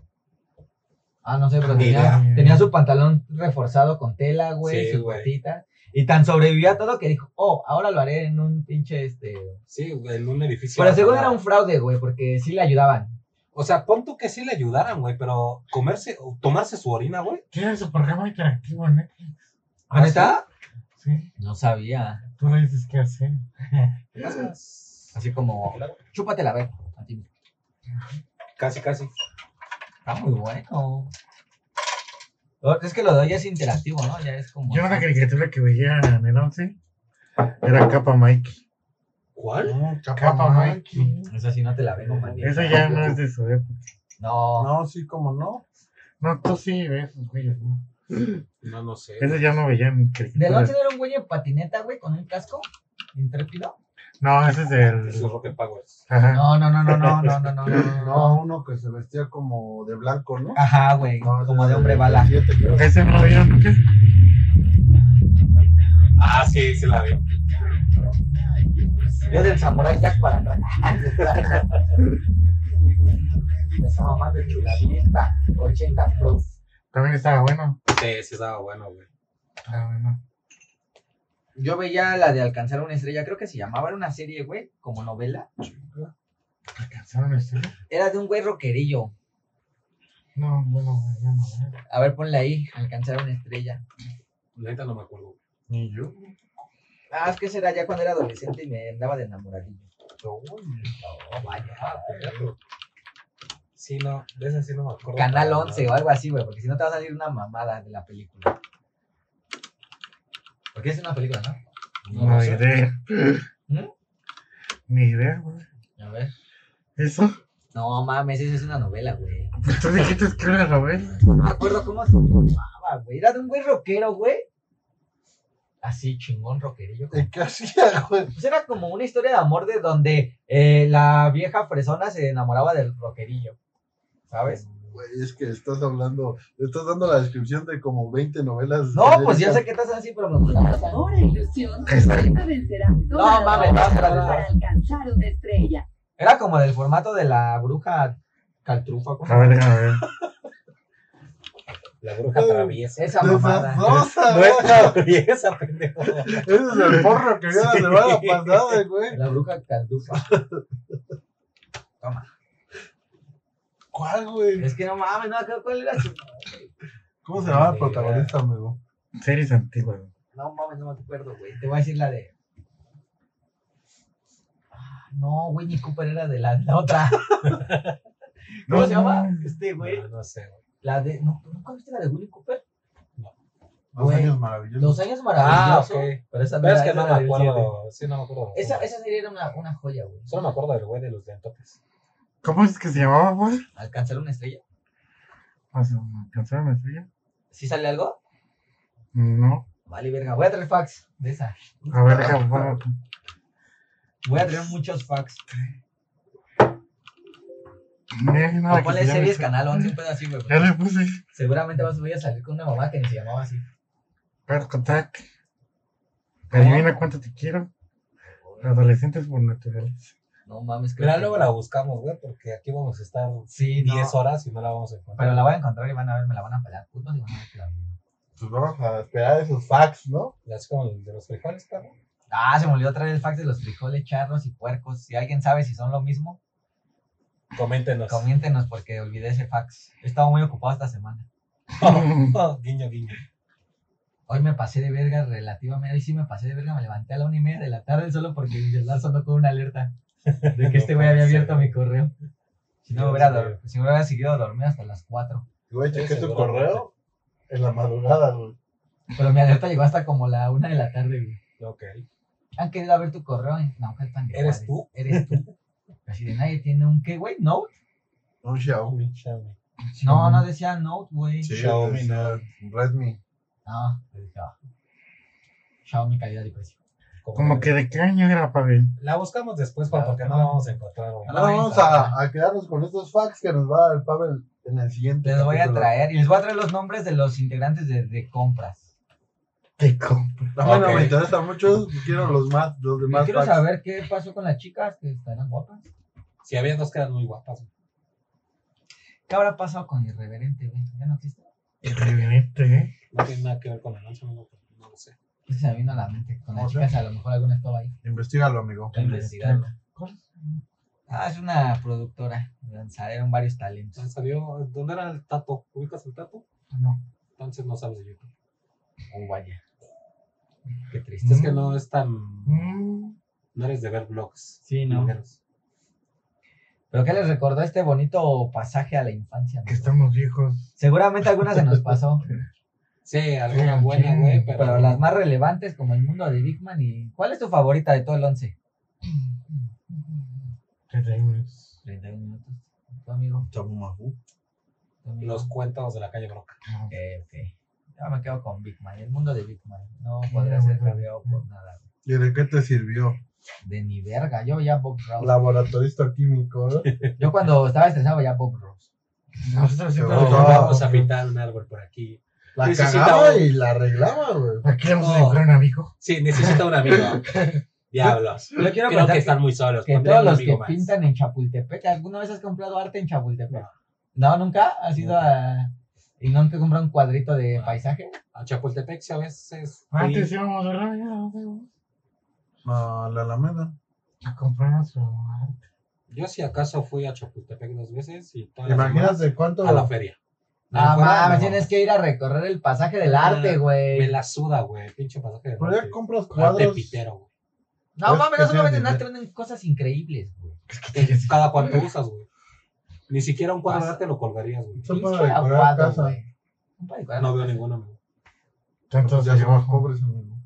Ah, no sé, pero Ni tenía, idea. tenía su pantalón reforzado con tela, güey, Sí, sus güey. botitas. Y tan sobrevivió a todo que dijo, oh, ahora lo haré en un pinche este. Sí, güey, en un edificio. pero seguro era abandonado. un fraude, güey, porque sí le ayudaban. O sea, pon tú que sí le ayudaran, güey, pero comerse, o tomarse su orina, güey. Tiene su programa interactivo, ¿no? ¿Ah, ¿Neta? Sí. No sabía. Tú le dices qué hacer. Así como, chúpatela, güey. Así. Casi, casi. Está muy bueno. Lo- Es que lo de hoy es interactivo, ¿no? Ya es como. Yo una caricatura que veía en el 11 era Capa Mikey. ¿Cuál? No, Capa Mikey. Esa sí no te la vengo, manito. Esa ya no es de su época. No. No, sí, como no. No, tú sí ves esos güeyes, ¿no? No, no sé. Esos ya no veían Del 11 caricaturas. era un güey en patineta, güey, con un casco. Intrépido. No, ese es Eso del. es Rocket Powers. Ajá. No, no, no, no, no, no, no, no. no, No, no. uno que se vestía como de blanco, ¿no? Este, Ajá, güey. No, Ah, Como de el- hombre el bala. siete, creo. Ese no lo vieron nunca. Ah, sí, sí la veo. Yo del Samurai Jack para atrás. Esa mamá de chuladita. 80 pro. También estaba bueno. Sí, sí estaba bueno, güey. Estaba bueno. Yo veía la de alcanzar una estrella, creo que se llamaba, era una serie, güey, como novela. ¿Alcanzaron el cielo? Era de un güey roquerillo. No, bueno, ya no. ¿eh? A ver, ponle ahí, alcanzar una estrella. Neta no me acuerdo. Ni yo. Ah, es que será ya cuando era adolescente y me andaba de enamoradillo. No, vaya. Ah, perro. Sí, no, de esa sí no me acuerdo. Canal 11 o algo así, güey, porque si no te va a salir una mamada de la película. Porque es una película, ¿no? No, ni idea. ¿Mm? Ni idea, güey. A ver. ¿Eso? No mames, esa es una novela, güey. Pues tú dijiste que era novela. No me acuerdo cómo se llamaba, güey. Era de un güey rockero, güey. Así, chingón rockerillo. como- ¿Y qué hacía, güey? Pues era como una historia de amor de donde eh, la vieja fresona se enamoraba del rockerillo. ¿Sabes? Güey, es que estás hablando, estás dando la descripción de como 20 novelas. No, pues ya sé que. que estás así, pero me gusta. Ahora ilusión, nunca vencerá. No, Toda la mames, lucha no, no, no. para alcanzar una estrella. Era como del formato de la bruja caltrufa. A ver, déjame ver. La bruja traviesa. Esa No, mamada. No es traviesa, pendejo. Ese es el porro que vio la Sí. semana pasada, güey. La bruja caltrufa. Toma. ¿Cuál, güey? Es que no mames, no, ¿cu- ¿cuál era su ¿Cómo se llamaba el protagonista, amigo? Series antiguas. güey. No mames, no me acuerdo, güey. Te voy a decir la de. Ah, No, Winnie Cooper era de la, la otra. ¿Cómo No, se llama? no. Este, güey. No, no sé, güey. La de. No, ¿Nunca viste la de Winnie Cooper? Dos Güey, años maravillosos. Los años maravillosos. Ah, ok. Pero esa Pero es era- que esa no era me del siete. acuerdo. Sí, no me acuerdo. Esa, esa serie era una, una joya, güey. Solo me acuerdo del güey de los dentotes. ¿Cómo es que se llamaba, pues? Ah, güey? Alcanzar una estrella. O sea, ¿Alcanzaron la estrella? ¿Sí sale algo? No. Vale, verga. Voy a traer fax de esa. A ver, déjame ver. Voy a traer muchos fax. No hay nada O Ah, que ponle se llame series así. Canal 11, un pedo así, güey. Ya le puse. Seguramente vas voy a salir con una mamá que ni se llamaba así. Bad Contact. Adivina cuánto te quiero. Adolescentes por naturaleza. No mames, creo Mira, que- luego la buscamos, güey, porque aquí vamos a estar Sí, 10 no. horas y no la vamos a encontrar. Pero la voy a encontrar y van a ver, me la van a pelar putos y van a ver que la vi. Pues vamos a esperar esos facts, ¿no? Las como de los frijoles, cabrón. Ah, se me olvidó traer el fax de los frijoles, charros y puercos. Si alguien sabe si son lo mismo, Coméntenos. comiéntenos porque olvidé ese fax. He estado muy ocupado esta semana. Oh, Ah, guiño, guiño. Hoy me pasé de verga relativamente. Hoy sí me pasé de verga. Me levanté a la una y media de la tarde solo porque mi celular sonó con una alerta de que este güey había abierto mi correo. Si no, me hubiera, dor- si me hubiera seguido dormir hasta las 4. Güey, chequé tu Seguro. correo en la madrugada, güey. Pero mi alerta llegó hasta como la una de la tarde, güey. Ok. ¿Han querido abrir tu correo en Naucalpan? ¿Eres Juárez? tú? Eres tú. Así de nadie tiene un qué, güey. Note. Un Xiaomi. Xiaomi. No, no decía Note, güey. Sí, Xiaomi, es, no. eh, Redmi. No, le dije, ah, Xiaomi calidad y precio. Como que de qué año era, Pavel. La buscamos después, Juan, porque no la vamos a encontrar, güey. No la Ahora voy a vamos encontrar. a, a quedarnos con estos facts que nos va el Pavel en el siguiente. Les voy a capítulo. traer, y les voy a traer los nombres de los integrantes de, de compras. Te compro. No, bueno, Ok. me interesa mucho. Quiero los más, los Yo demás Pues quiero facts. saber qué pasó con las chicas que estarán guapas. Si había dos que eran muy guapas. güey. ¿Qué habrá pasado con Irreverente, güey? Ya no existe. Irreverente, ¿eh? No tiene nada que ver con el ancho, amigo, pero no lo sé. Eso Pues se me vino a la mente. Con No las sé. chicas a lo mejor alguna estaba ahí. Investígalo, amigo. Investigarlo. Ah, es una productora. Lanzaron varios talentos. Entonces salió. ¿Dónde era el tato? ¿Ubicas el tato? No. Entonces no sabes de YouTube. Oh, vaya. Qué triste. Es que no es tan. Mm. No eres de ver blogs. Sí, blogueros. ¿Pero qué les recordó este bonito pasaje a la infancia? Que amigo? estamos viejos. Seguramente alguna se nos pasó. Sí, alguna Sí, buena, sí, güey, pero. Pero las más relevantes como el mundo de Big Man y... ¿Cuál es tu favorita de todo el 11? Tenemos. 31 minutos. Tu amigo. Chabumajú. tu amigo. Los cuentos de la calle Broca. Ok, ok. Yo me quedo con Big Man. El mundo de Big Man. No Sí, podría ya, ser bueno. cambiado por nada. ¿Y de qué te sirvió? De ni verga. Yo ya Bob Ross. Laboratorista químico. ¿eh? Yo cuando estaba estresado ya Bob Ross. Nosotros siempre No, No, nos no, vamos a vamos. pintar un árbol por aquí. La Necesita cagaba un- y la arreglaba, güey. Aquí le vamos a No. encontrar un amigo. Sí, necesita un amigo. Diablos. Yo quiero Creo contar que están muy solos. que pondría todos un los amigo que más. pintan en Chapultepec, ¿alguna vez has comprado arte en Chapultepec? No, nunca. ¿Has ido a... y nunca comprado un cuadrito de No. paisaje? A Chapultepec, sí, a veces. fui- Antes íbamos ¿verdad? Ya, ¿dónde vamos? No, la Alameda. a comprar nuestro arte. Yo, si acaso, fui a Chapultepec dos veces y todas las semanas Imagínate cuánto. a la feria. No, Ah, fuera, mames, no. tienes que ir a recorrer el pasaje del Ah, arte, güey. Me la suda, güey. Pinche pasaje de Pero ya arte. compras Arte cuadros. pitero, güey. No Es mames, que no solamente sea en arte nivel. venden cosas increíbles, güey. Que Cada cuánto usas, güey. Ni siquiera un cuadro de arte lo colgarías, güey. Son para Pinche decorar aguado, casa. güey. Son para decorar No veo casa. ninguno, amigo. Tantos ya de somos abajo. pobres, amigo.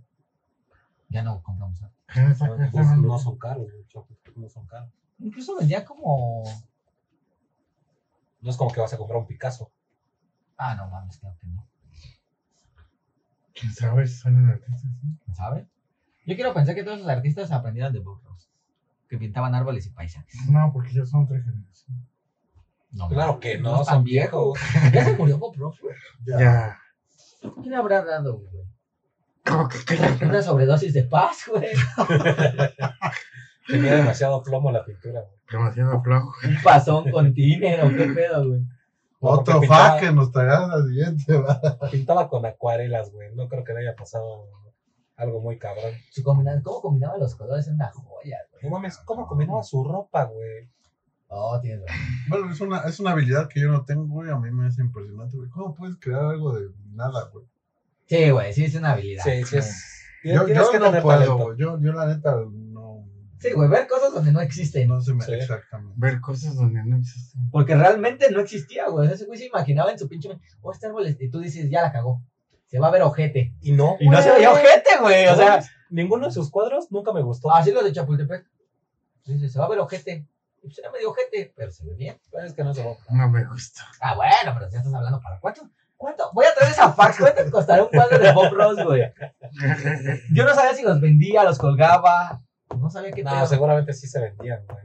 Ya no compramos arte. En esa Pues, casa no- no son caros, güey. Chapultepec no son caros. Incluso vendía como. No es como que vas a comprar un Picasso. Ah, no mames, claro que no. ¿Quién sabe si son artistas? ¿sí? ¿Sabes? Yo quiero pensar que todos los artistas aprendieron de Bob Ross, que pintaban árboles y paisajes. No, porque ya son tres generaciones. No, Claro que no, están son viejos. Ya se murió Bob Ross, güey. Ya. Ya. ¿Quién le habrá dado, güey? Como que cállate. Una sobredosis de paz, güey. Tenía demasiado plomo la pintura, güey. Demasiado flojo. Un pasón con dinero, qué pedo, güey. Como Otro que fact pintaba- que nos traerás la siguiente, va. Pintaba con acuarelas, güey. No creo que le haya pasado algo muy cabrón. Su combina- ¿Cómo combinaba los colores? Es una joya, güey. No mames, ¿cómo combinaba su ropa, güey? Oh, tienes razón. Bueno, es una, es una habilidad que yo no tengo, güey. A mí me es impresionante, güey. ¿Cómo puedes crear algo de nada, güey? Sí, güey, sí es una habilidad. Sí, sí es. Yo, Tienes yo que no tener puedo, talento. güey. Yo, yo la neta no. Sí, güey, ver cosas donde no existen. No se me Sí. exactamente. Ver cosas donde no existen. Porque realmente no existía, güey. O sea, Ese güey se imaginaba en su pinche. mente, Oh, este árbol. es-" Y tú dices, ya la cagó. Se va a ver ojete. Y no. Y no se veía ojete, güey. O sea, Ah, ninguno de sus cuadros nunca me gustó. así los de Chapultepec. Dices, se va a ver ojete. Y pues era medio ojete, pero se ve bien. Pero es que no se va. No me gusta. Ah, bueno, pero ya estás hablando para cuánto. ¿Cuánto? Voy a traer esa fax. ¿Cuánto costará un cuadro de Bob Ross, güey? Yo no sabía si los vendía, los colgaba. No sabía qué No, pedo. seguramente sí se vendían, güey.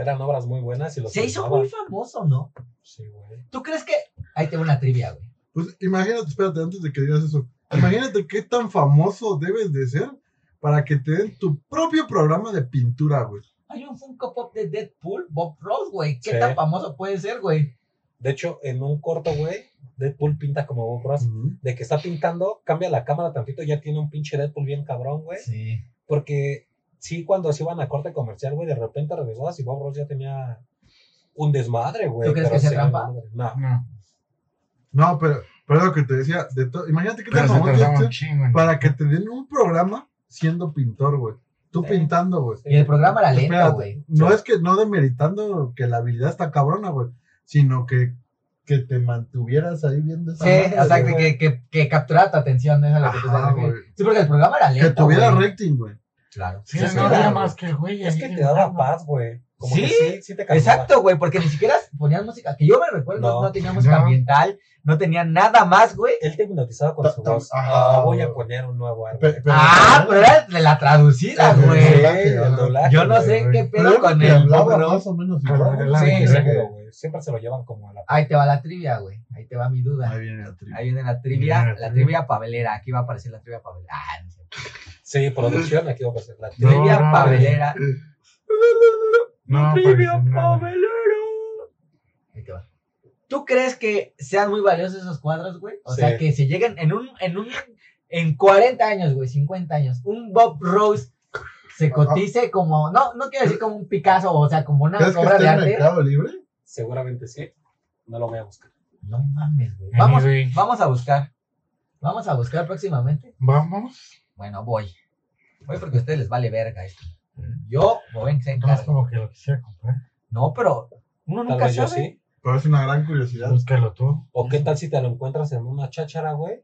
Eran obras muy buenas y los Se hizo firmaban. muy famoso, ¿no? Sí, güey. ¿Tú crees que.? Ahí tengo una trivia, güey. Pues imagínate, espérate, antes de que digas eso. Imagínate qué tan famoso debes de ser para que te den tu propio programa de pintura, güey. Hay un Funko Pop de Deadpool, Bob Ross, güey. ¿Qué Sí. tan famoso puede ser, güey? De hecho, en un corto, güey, Deadpool pinta como Bob Ross. De que está pintando, cambia la cámara tantito, ya tiene un pinche Deadpool bien cabrón, güey. Sí. Porque sí, cuando se iban a corte comercial, güey, de repente regresabas y Bob Ross ya tenía un desmadre, güey. ¿Tú crees pero que sea se- trampa? No, No. No, pero Pero es lo que te decía, de to- imagínate que Pero te se mamó tardaron un chingo. en- para que te den un programa siendo pintor, güey. Tú Sí. pintando, güey. Y el programa era lento, Espérate, güey. No es que no demeritando que la habilidad está cabrona, güey, sino que, que te mantuvieras ahí viendo esa Sí, madre, exacto, güey. que, que, que capturara tu atención, es a lo que te Ajá, estás güey. refiriendo. Sí, porque el programa era Que lento. tuviera güey. rating, güey. Claro. Sí, Sí, no es había verdad, más que el güey. Es ahí que te sentado. daba paz, güey. Como Sí, que sí, sí te calmaba. Exacto, güey, porque ni siquiera ponían música. Que yo me recuerdo, no, No. tenía música No. ambiental, no tenía nada más, güey. Él te hipnotizaba con Ta- su ta- voz. ajá, Ah, voy güey. a poner un nuevo árbol. Pe- pero- ah, pero era de la traducida, Pero- Sí, güey. doblaje, el ajá. doblaje, Yo no güey. sé qué Pero yo pedo creo con que el hablaba bro, bro. más o menos Con igual, la güey. la- Sí, Claro, seguro, güey. Siempre se lo llevan como a la. Ahí te va la trivia, güey. Ahí te va mi duda. Ahí viene la trivia. Ahí viene la trivia, Mira, la sí. trivia pavelera. Aquí va a aparecer la trivia pavelera. Ah, no sé. Sí, producción, aquí va a pasar la No, Trivia no, pavelera. No, Trivia pues, nada. Ahí te va. ¿Tú crees que sean muy valiosos esos cuadros, güey? O Sí. sea, que se lleguen en un, en un, en 40 años, güey, 50 años, un Bob Rose se cotice como, no, no quiero decir como un Picasso, o sea, como una ¿Crees que obra de está en arte. Mercado Libre? Seguramente sí. No lo voy a buscar. No mames, güey. Ay, Vamos, güey. vamos a buscar. Vamos a buscar próximamente. Vamos. Bueno, voy. Voy porque a ustedes les vale verga esto. Yo me voy a No es encargar. como que lo quisiera comprar. No, pero uno Tal nunca vez yo sabe. sí. Pero es una gran curiosidad. Búscalo tú. ¿O qué tal si te lo encuentras en una cháchara, güey?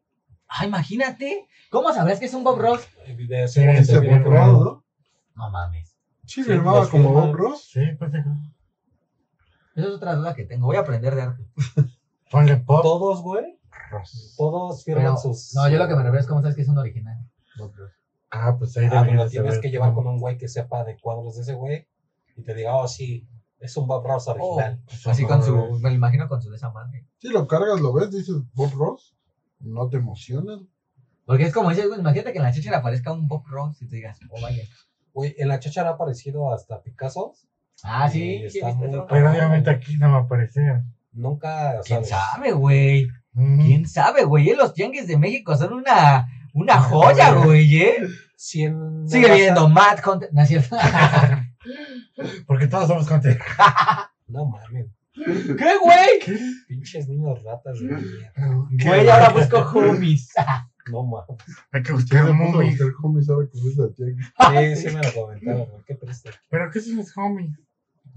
Ah, imagínate. ¿cómo sabrás que es un Bob Ross? De Sí, Y seguro se te viene bien, borró, como- ¿no? No mames. Sí, Sí, firmaba los como firma. Bob Ross. Sí, pues, pendejo. Esa es otra duda que tengo. Voy a aprender de arte. Ponle pop. Todos, güey. Ross. Todos firman Pero, sus. no, yo lo que me refiero es cómo sabes que es un original. Bob Ross. Ah, pues ahí Ah, pero deberías tienes saber que llevar cómo. con un güey que sepa de cuadros de ese güey y te diga, oh, sí, es un Bob Oh. Ross original. Pues, Así no, con no, no. su, me lo imagino con su de esa madre. Si lo cargas, lo ves, dices Bob Ross. No te emocionas. Porque es como dices, güey, imagínate que en la chicha le aparezca un Bob Ross y te digas, oh vaya. Güey, en la cháchara ha aparecido hasta Picasso. Ah, Sí, sí, sí, está viste muy eso? Pero obviamente aquí no me aparecía. Nunca. ¿Quién sabes. sabe, güey? Mm. ¿Quién sabe, güey? Eh, Los tianguis de México son una, una Una joya, joya. güey, ¿eh? Si en Sigue Nebraska- viendo Matt Hunter. No es cierto. Porque todos somos contigo. No mames, ¿Qué, güey? pinches niños ratas de Mm. mierda. Güey, ahora busco homies. No mames. Hay que ¿Qué buscar le puso a homies. buscar homies ahora que fuiste al tianguis? Sí, sí me lo comentaron, güey, qué triste. ¿Pero qué son los homies?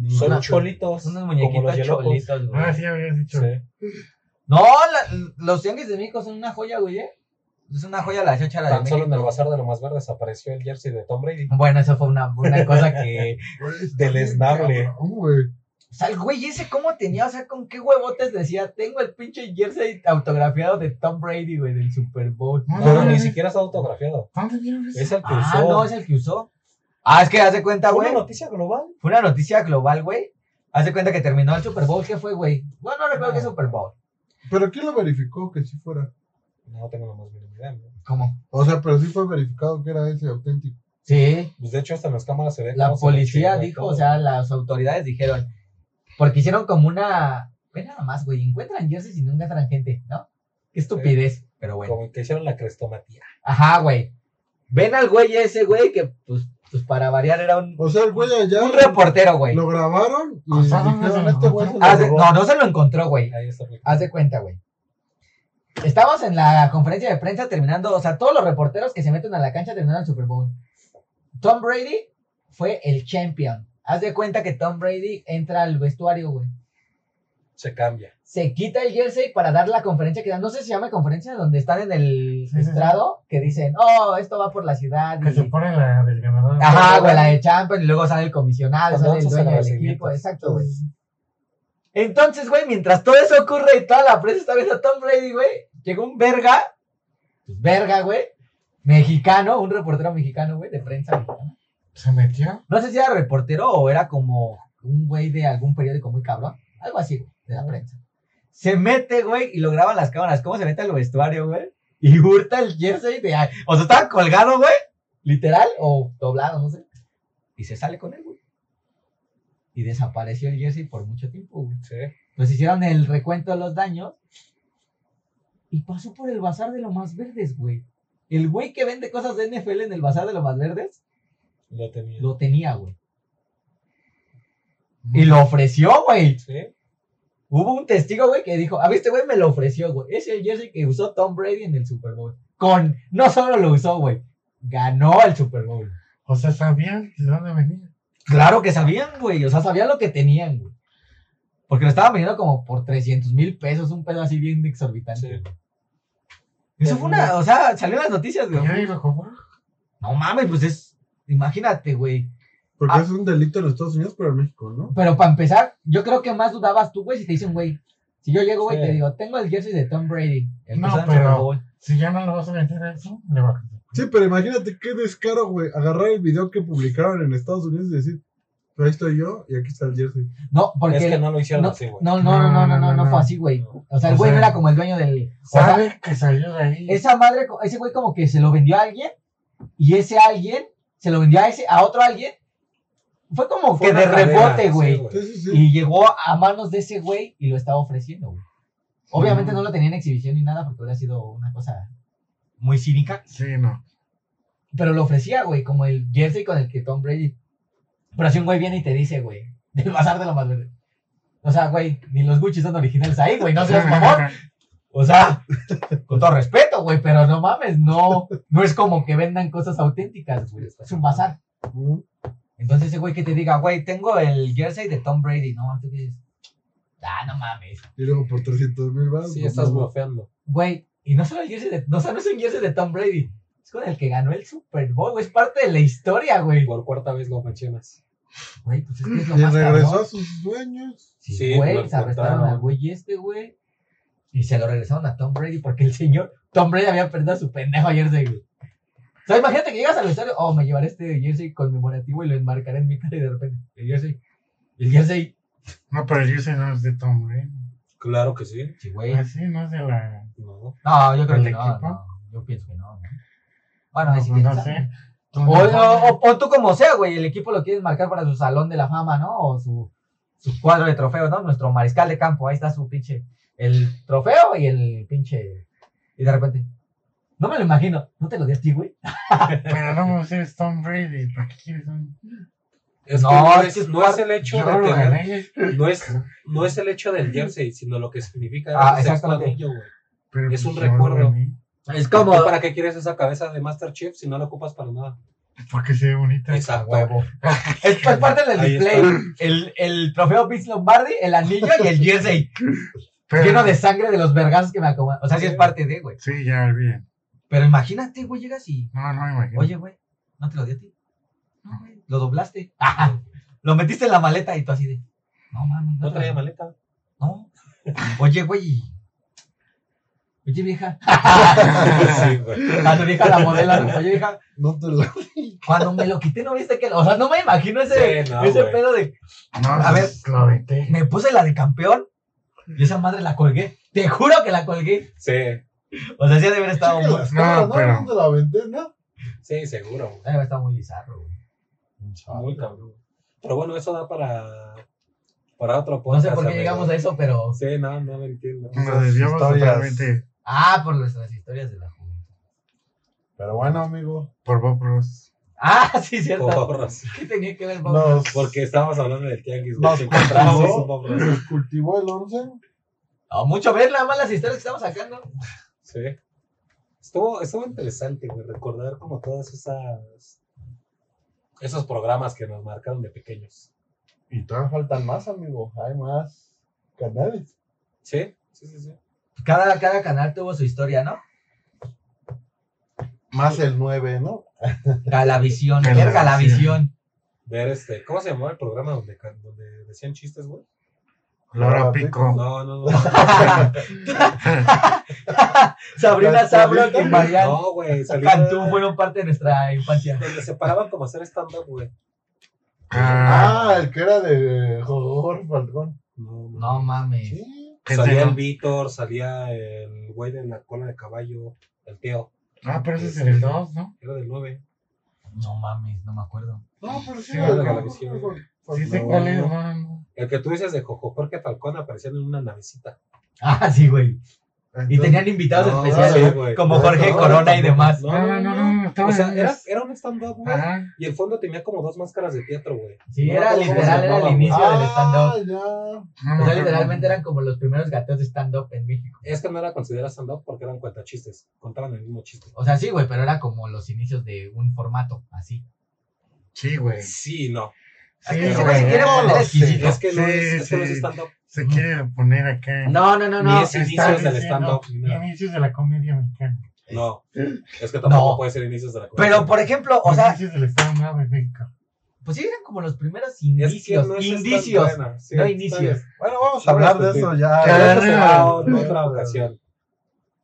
Son Una- cholitos. Unos como los muñequitos yelocos. cholitos, güey. Ah, sí, habías dicho. Sí. No, la- los tianguis de México son una joya, güey, ¿eh? Es una joya la chochara de Tan México. solo en el bazar de lo más verde desapareció el jersey de Tom Brady. Bueno, eso fue una, una cosa que... Güey, está Del bien esnable. cabrón, güey. O sea, el güey ese cómo tenía, o sea, con qué huevotes decía, tengo el pinche jersey autografiado de Tom Brady, güey, del Super Bowl. No, Pero no, ni no. siquiera está autografiado. ¿Dónde vieron eso? Es el que Ah, usó. no, es el que usó. Ah, es que hace cuenta, Fue güey. una noticia global. Fue una noticia global, güey. Hace cuenta que terminó el Super Bowl. ¿Qué fue, güey? Bueno, no recuerdo qué Super Bowl. Pero ¿quién lo verificó que sí fuera? No tengo la más mínima idea. güey. ¿Cómo? O sea, pero sí fue verificado que era ese auténtico. Sí, Pues de hecho, hasta en las cámaras se ve. la cómo se le policía chinga y dijo, todo. o sea, las autoridades dijeron, porque hicieron como una, ve nada más, güey, encuentran jerseys y no encuentran gente, ¿no? Qué estupidez, pero bueno. Como que hicieron la crestomatía. Ajá, güey. Ven al güey ese, güey, que pues, pues para variar era un, O sea, el güey allá un reportero, güey. lo grabaron y Pasaron dijeron, de- este güey se lo Haz de- robó". ah, no, no se lo encontró, güey. Ahí está. güey. Haz de cuenta, güey. Estamos en la conferencia de prensa terminando, o sea, todos los reporteros que se meten a la cancha terminaron el Super Bowl. Tom Brady fue el champion. Haz de cuenta que Tom Brady entra al vestuario, güey. Se cambia. Se quita el jersey para dar la conferencia que dan. No sé si se llama conferencia donde están en el Sí, sí, sí. estrado que dicen, oh, esto va por la ciudad. Que se Y... pone la del ganador. Ajá, güey, la de champion. Y luego sale el comisionado, Cuando sale el dan sus dueño del equipo. agradecimientos. Exacto, güey. Entonces, güey, mientras todo eso ocurre y toda la prensa está viendo a Tom Brady, güey, llegó un verga, pues, verga, güey, mexicano, un reportero mexicano, güey, de prensa mexicana. ¿Se metió? No sé si era reportero o era como un güey de algún periódico muy cabrón, algo así, güey, de la prensa. Se mete, güey, y lo graban las cámaras, cómo se mete al vestuario, güey, y hurta el jersey de... O sea, estaba colgado, güey, literal, o doblado, no sé, y se sale con él, güey. Y desapareció el jersey por mucho tiempo, güey. Sí. Pues hicieron el recuento de los daños. Y pasó por el bazar de lo más verdes, güey. El güey que vende cosas de NFL en el bazar de lo más verdes, Lo tenía. lo tenía, güey. Y lo ofreció, güey. Sí. Hubo un testigo, güey, que dijo, a mí este güey me lo ofreció, güey. Es el jersey que usó Tom Brady en el Super Bowl. Con, no solo lo usó, güey, ganó el Super Bowl. O sea, sabían de dónde venía. Claro que sabían, güey. O sea, sabían lo que tenían, güey. Porque lo estaban vendiendo como por 300 mil pesos, un pedo así bien exorbitante. Eso fue una, o sea, salió en las noticias, güey. Ya iba a comprar. No mames, pues es, imagínate, güey. Porque Ah. es un delito en los Estados Unidos, pero en México, ¿no? Pero para empezar, yo creo que más dudabas tú, güey, si te dicen, güey. Si yo llego, güey, Sí. te digo, tengo el jersey de Tom Brady. el que No, usó en el pero- Super Bowl". Si ya no lo vas a vender a eso, le va a comprar. Sí, pero imagínate qué descaro, güey. Agarrar el video que publicaron en Estados Unidos y decir, ahí estoy yo y aquí está el jersey. No, porque. Es que no lo hicieron no, así, güey. no, no, no, no, no, no, no fue así, güey. O sea, el O güey no sea, era como el dueño del. o sea, Sabe que salió de ahí. esa madre, co- ese güey como que se lo vendió a alguien y ese alguien se lo vendió a ese, a otro alguien. Fue como Fue que una de cadena, rebote, sí, güey. Sí, sí, sí. y llegó a manos de ese güey y lo estaba ofreciendo, güey. Obviamente Sí. no lo tenía en exhibición ni nada porque hubiera sido una cosa muy cínica, Sí, no. pero lo ofrecía, güey, como el jersey con el que Tom Brady. Pero así un güey viene y te dice, güey, del bazar de lo más verde. O sea, güey, ni los Gucci son originales ahí, güey, no seas mamón. O sea, con todo respeto, güey, pero no mames, no, no es como que vendan cosas auténticas, güey. Es un bazar. Mm. Entonces ese güey que te diga, güey, tengo el jersey de Tom Brady, no, tú qué dices, ah, no mames, Y luego por 300 mil baros. Sí, pues, estás no. bloqueando. güey, y no solo el jersey de, no, o sea, no es un jersey de Tom Brady, es con el que ganó el Super Bowl, güey, es parte de la historia, güey. Por cuarta vez lo mencionas. Güey, pues es que es lo Y más regresó cabrón. a sus dueños. Sí, Sí, güey, lo se arrestaron cortaron. al güey este, güey, y se lo regresaron a Tom Brady porque el señor, Tom Brady había perdido a su pendejo jersey, güey. O sea, imagínate que llegas al estadio, oh, me llevaré este jersey conmemorativo y lo enmarcaré en mi cara y de repente, el jersey, el jersey, No, pero el jersey no es de Tom Brady. Claro que sí. sí, güey. Así no es de la. No. No, yo creo ¿El que no, equipo? no, yo pienso que no, ¿no? Bueno, ahí sí no, quién sabe. sé. O, o- o- o tú como sea, güey, el equipo lo quieres marcar para su salón de la fama, ¿no? O su, su cuadro de trofeo, ¿no? Nuestro mariscal de campo, ahí está su pinche, el trofeo y el pinche, y de repente, no me lo imagino, no te lo di a ti, güey. Pero no me gusta es Tom Brady. ¿Para qué quieres un.? Es No, que no, es es, que es no cuar- es el hecho Yo de lo tener- gané. no es, no es el hecho del jersey, sino lo que significa Ah, el sexto exactamente. anillo, güey. Pero Es un pues yo lo recuerdo. gané. Es ¿Tú como ¿Para qué quieres esa cabeza de Master Chief si no la ocupas para nada? Porque se ve bonita. Exacto. huevo. Es, es parte del Ahí display, el, el trofeo Vince Lombardi, el anillo y el jersey, Pero- lleno de sangre de los vergazos que me acomodan. O sea, sí es parte de, güey. Sí, ya olviden. Pero imagínate, güey, llegas y No, no me imagino. Oye, güey, ¿no te lo di a ti? No, güey, lo doblaste. Ah, lo metiste en la maleta y tú así de. No, mami. No te lo traía di". maleta. No. Oye, güey. y- Oye, vieja. sí, güey. A tu vieja la modela. ¿no? Oye, vieja. No te lo. Cuando me lo quité, no viste que. O sea, no me imagino ese, Sí, no, ese güey. pedo de. no, a pues, lo aventé. Me puse la de campeón y esa madre la colgué. Te juro que la colgué. Sí, O sea, sí ha de haber estado muy. Las cámaras, pero- No, no te la vendé, ¿no? sí, seguro, güey. ha de haber estado muy bizarro, güey. Muy cabrón. Pero bueno, eso da para, para otro No podcast. sé por qué amigo. llegamos a eso, pero. Sí, no, no lo entiendo. Nos desviamos historias. totalmente Ah, por nuestras historias de la juventud. Pero bueno, amigo. por Bob Ross. Ah, sí, cierto. Porras. ¿Qué tenía que ver Bob Ross? Nos, Porque estábamos hablando del tianguis, güey. nos, Nos encontramos cultivó, un poco. nos cultivó el 11. No, mucho ver nada más las historias que estamos sacando. Sí. Estuvo, estuvo interesante, güey, recordar como todas esas. Esos programas que nos marcaron de pequeños. Y todavía faltan más, amigo. Hay más canales. Sí, sí, sí, sí. Cada, cada canal tuvo su historia, ¿no? Más el 9, ¿no? Galavisión, Galavisión. ver Galavisión. Ver este. ¿Cómo se llamaba el programa donde, can- donde decían chistes, güey? La hora pico. No, no, no. Sabrina Las Sabro y colitas. Marian No, güey. salía- Cantú fueron parte de nuestra infancia. Donde se paraban como a hacer stand-up, güey. Ah, Ah, el que era de Jorge Falcón. No, No mames. Sí. que Salía tengo- el Víctor, salía el güey de la cola de caballo, el tío. Ah, pero ese es el 2, ¿no? Era del 9. No mames, no me acuerdo. No, pero sí, Sí, era de la Jorge visión. Falcón. Sí sé No. cuál es, no, no. El que tú dices de Jojo Jorge Falcón aparecían en una navecita. Ah, sí, güey. Y tenían invitados No, especiales, sí, güey. como No, Jorge no, Corona y no, demás. No, No, no, no, no, no, estaba O sea, en- era, era un stand-up, güey. Ajá. Y el fondo tenía como dos máscaras de teatro, güey. Sí, No me era acuerdo cómo se literal, era llamaba, el güey. inicio del stand-up. Ah, No, O no, sea, no, literalmente eran como los primeros gatos de stand-up en México. Es que no era considerada stand-up porque eran cuentachistes. Contaban el mismo chiste. O sea, sí, güey, pero era como los inicios de un formato así. Sí, güey. Sí, no. Sí, que se güey. quiere poner Sí, exquisito. este, Es que no sí, es, es que no es sí. stand-up. Se quiere poner acá. No, no, no, ni no. es está inicios del diciendo stand-up. ni nada. Inicios de la comedia mexicana. No. Es que tampoco No. puede ser inicios de la comedia. Pero, por ejemplo, o sea, Inicios del stand-up en México. pues sí, eran como los primeros Es que indicios. no es indicios, stand-up, bueno, sí, no está inicios. bien. Bueno, vamos a hablar de eso ya. Ya, Pero eso ya, será ya. en otra ocasión.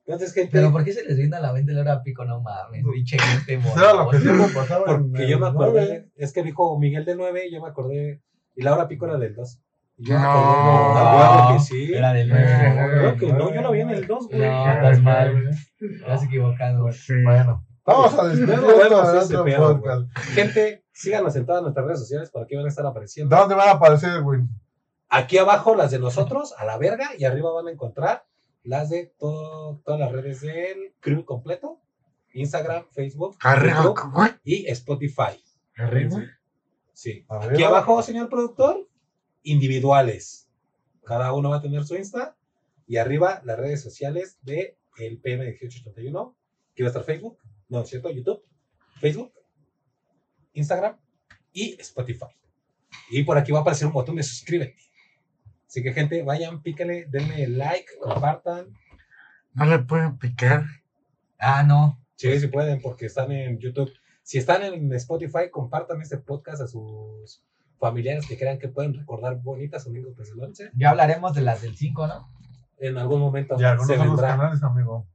Entonces, gente, Pero ¿por qué se les brinda la mente la hora pico? No mames, pinche gente Eso era lo morbosa. que siempre pasaba. en porque el yo me nueve. acordé, es que dijo Miguel del 9 y yo me acordé, y Laura Pico era del 2. Y yo me No. acordé, No, claro que sí. Era del nuevo. Eh, Creo que no, yo lo vi en el 2, güey. No, estás mal. Estás equivocado. güey. Sí. Bueno, vamos a No despedirnos volvemos a de ese otro pedo, podcast. Gente, síganos en todas nuestras redes sociales para que van a estar apareciendo. ¿Dónde van a aparecer, güey? Aquí abajo las de nosotros, a la verga, y arriba van a encontrar las de todo- todas las redes del crew completo. Instagram, Facebook Arriba, YouTube güey. y Spotify. Arriba. Sí. A ver, Aquí abajo, señor productor, individuales. Cada uno va a tener su Insta. Y arriba las redes sociales de el PM1881. Que va a estar Facebook. No, es ¿cierto? YouTube, Facebook, Instagram y Spotify. Y por aquí va a aparecer un botón de suscríbete. Así que, gente, vayan, pícale, denle like, compartan. No le pueden picar. Ah, no. Sí, si pueden, porque están en YouTube. Si están en Spotify, compartan este podcast a sus familiares que crean que pueden recordar bonitas anécdotas de noche. Ya hablaremos de las del 5, ¿no? En algún momento Ya, no se son los vendrá. canales, amigo.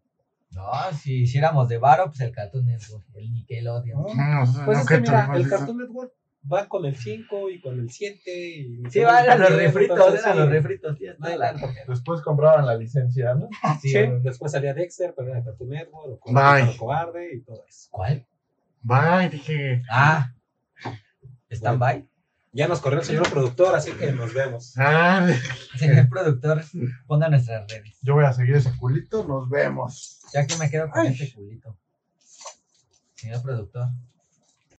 No, si hiciéramos de Varo, pues el Cartoon Network, el Nickelodeon. No, no, Pues no, es que que mira, tuvimos el eso. Cartoon Network va con el 5 y con el 7. Y Sí, van a los Entonces, refritos, eran los sí, refritos, tío. No hay tanto pedo. Después compraban la licencia, ¿no? Sí, Sí, güey. después salía Dexter, pero era Cartoon Network, o Bye. Cobarde, Cobarde y todo eso. ¿Cuál? Bye, dije. Ah. ¿Están by? Ya nos corrió el señor productor, así que nos vemos. Ah, Eh. Señor productor, ponga nuestras redes. Yo voy a seguir ese culito. Nos vemos. Ya que me quedo con Ay. este culito. Señor productor,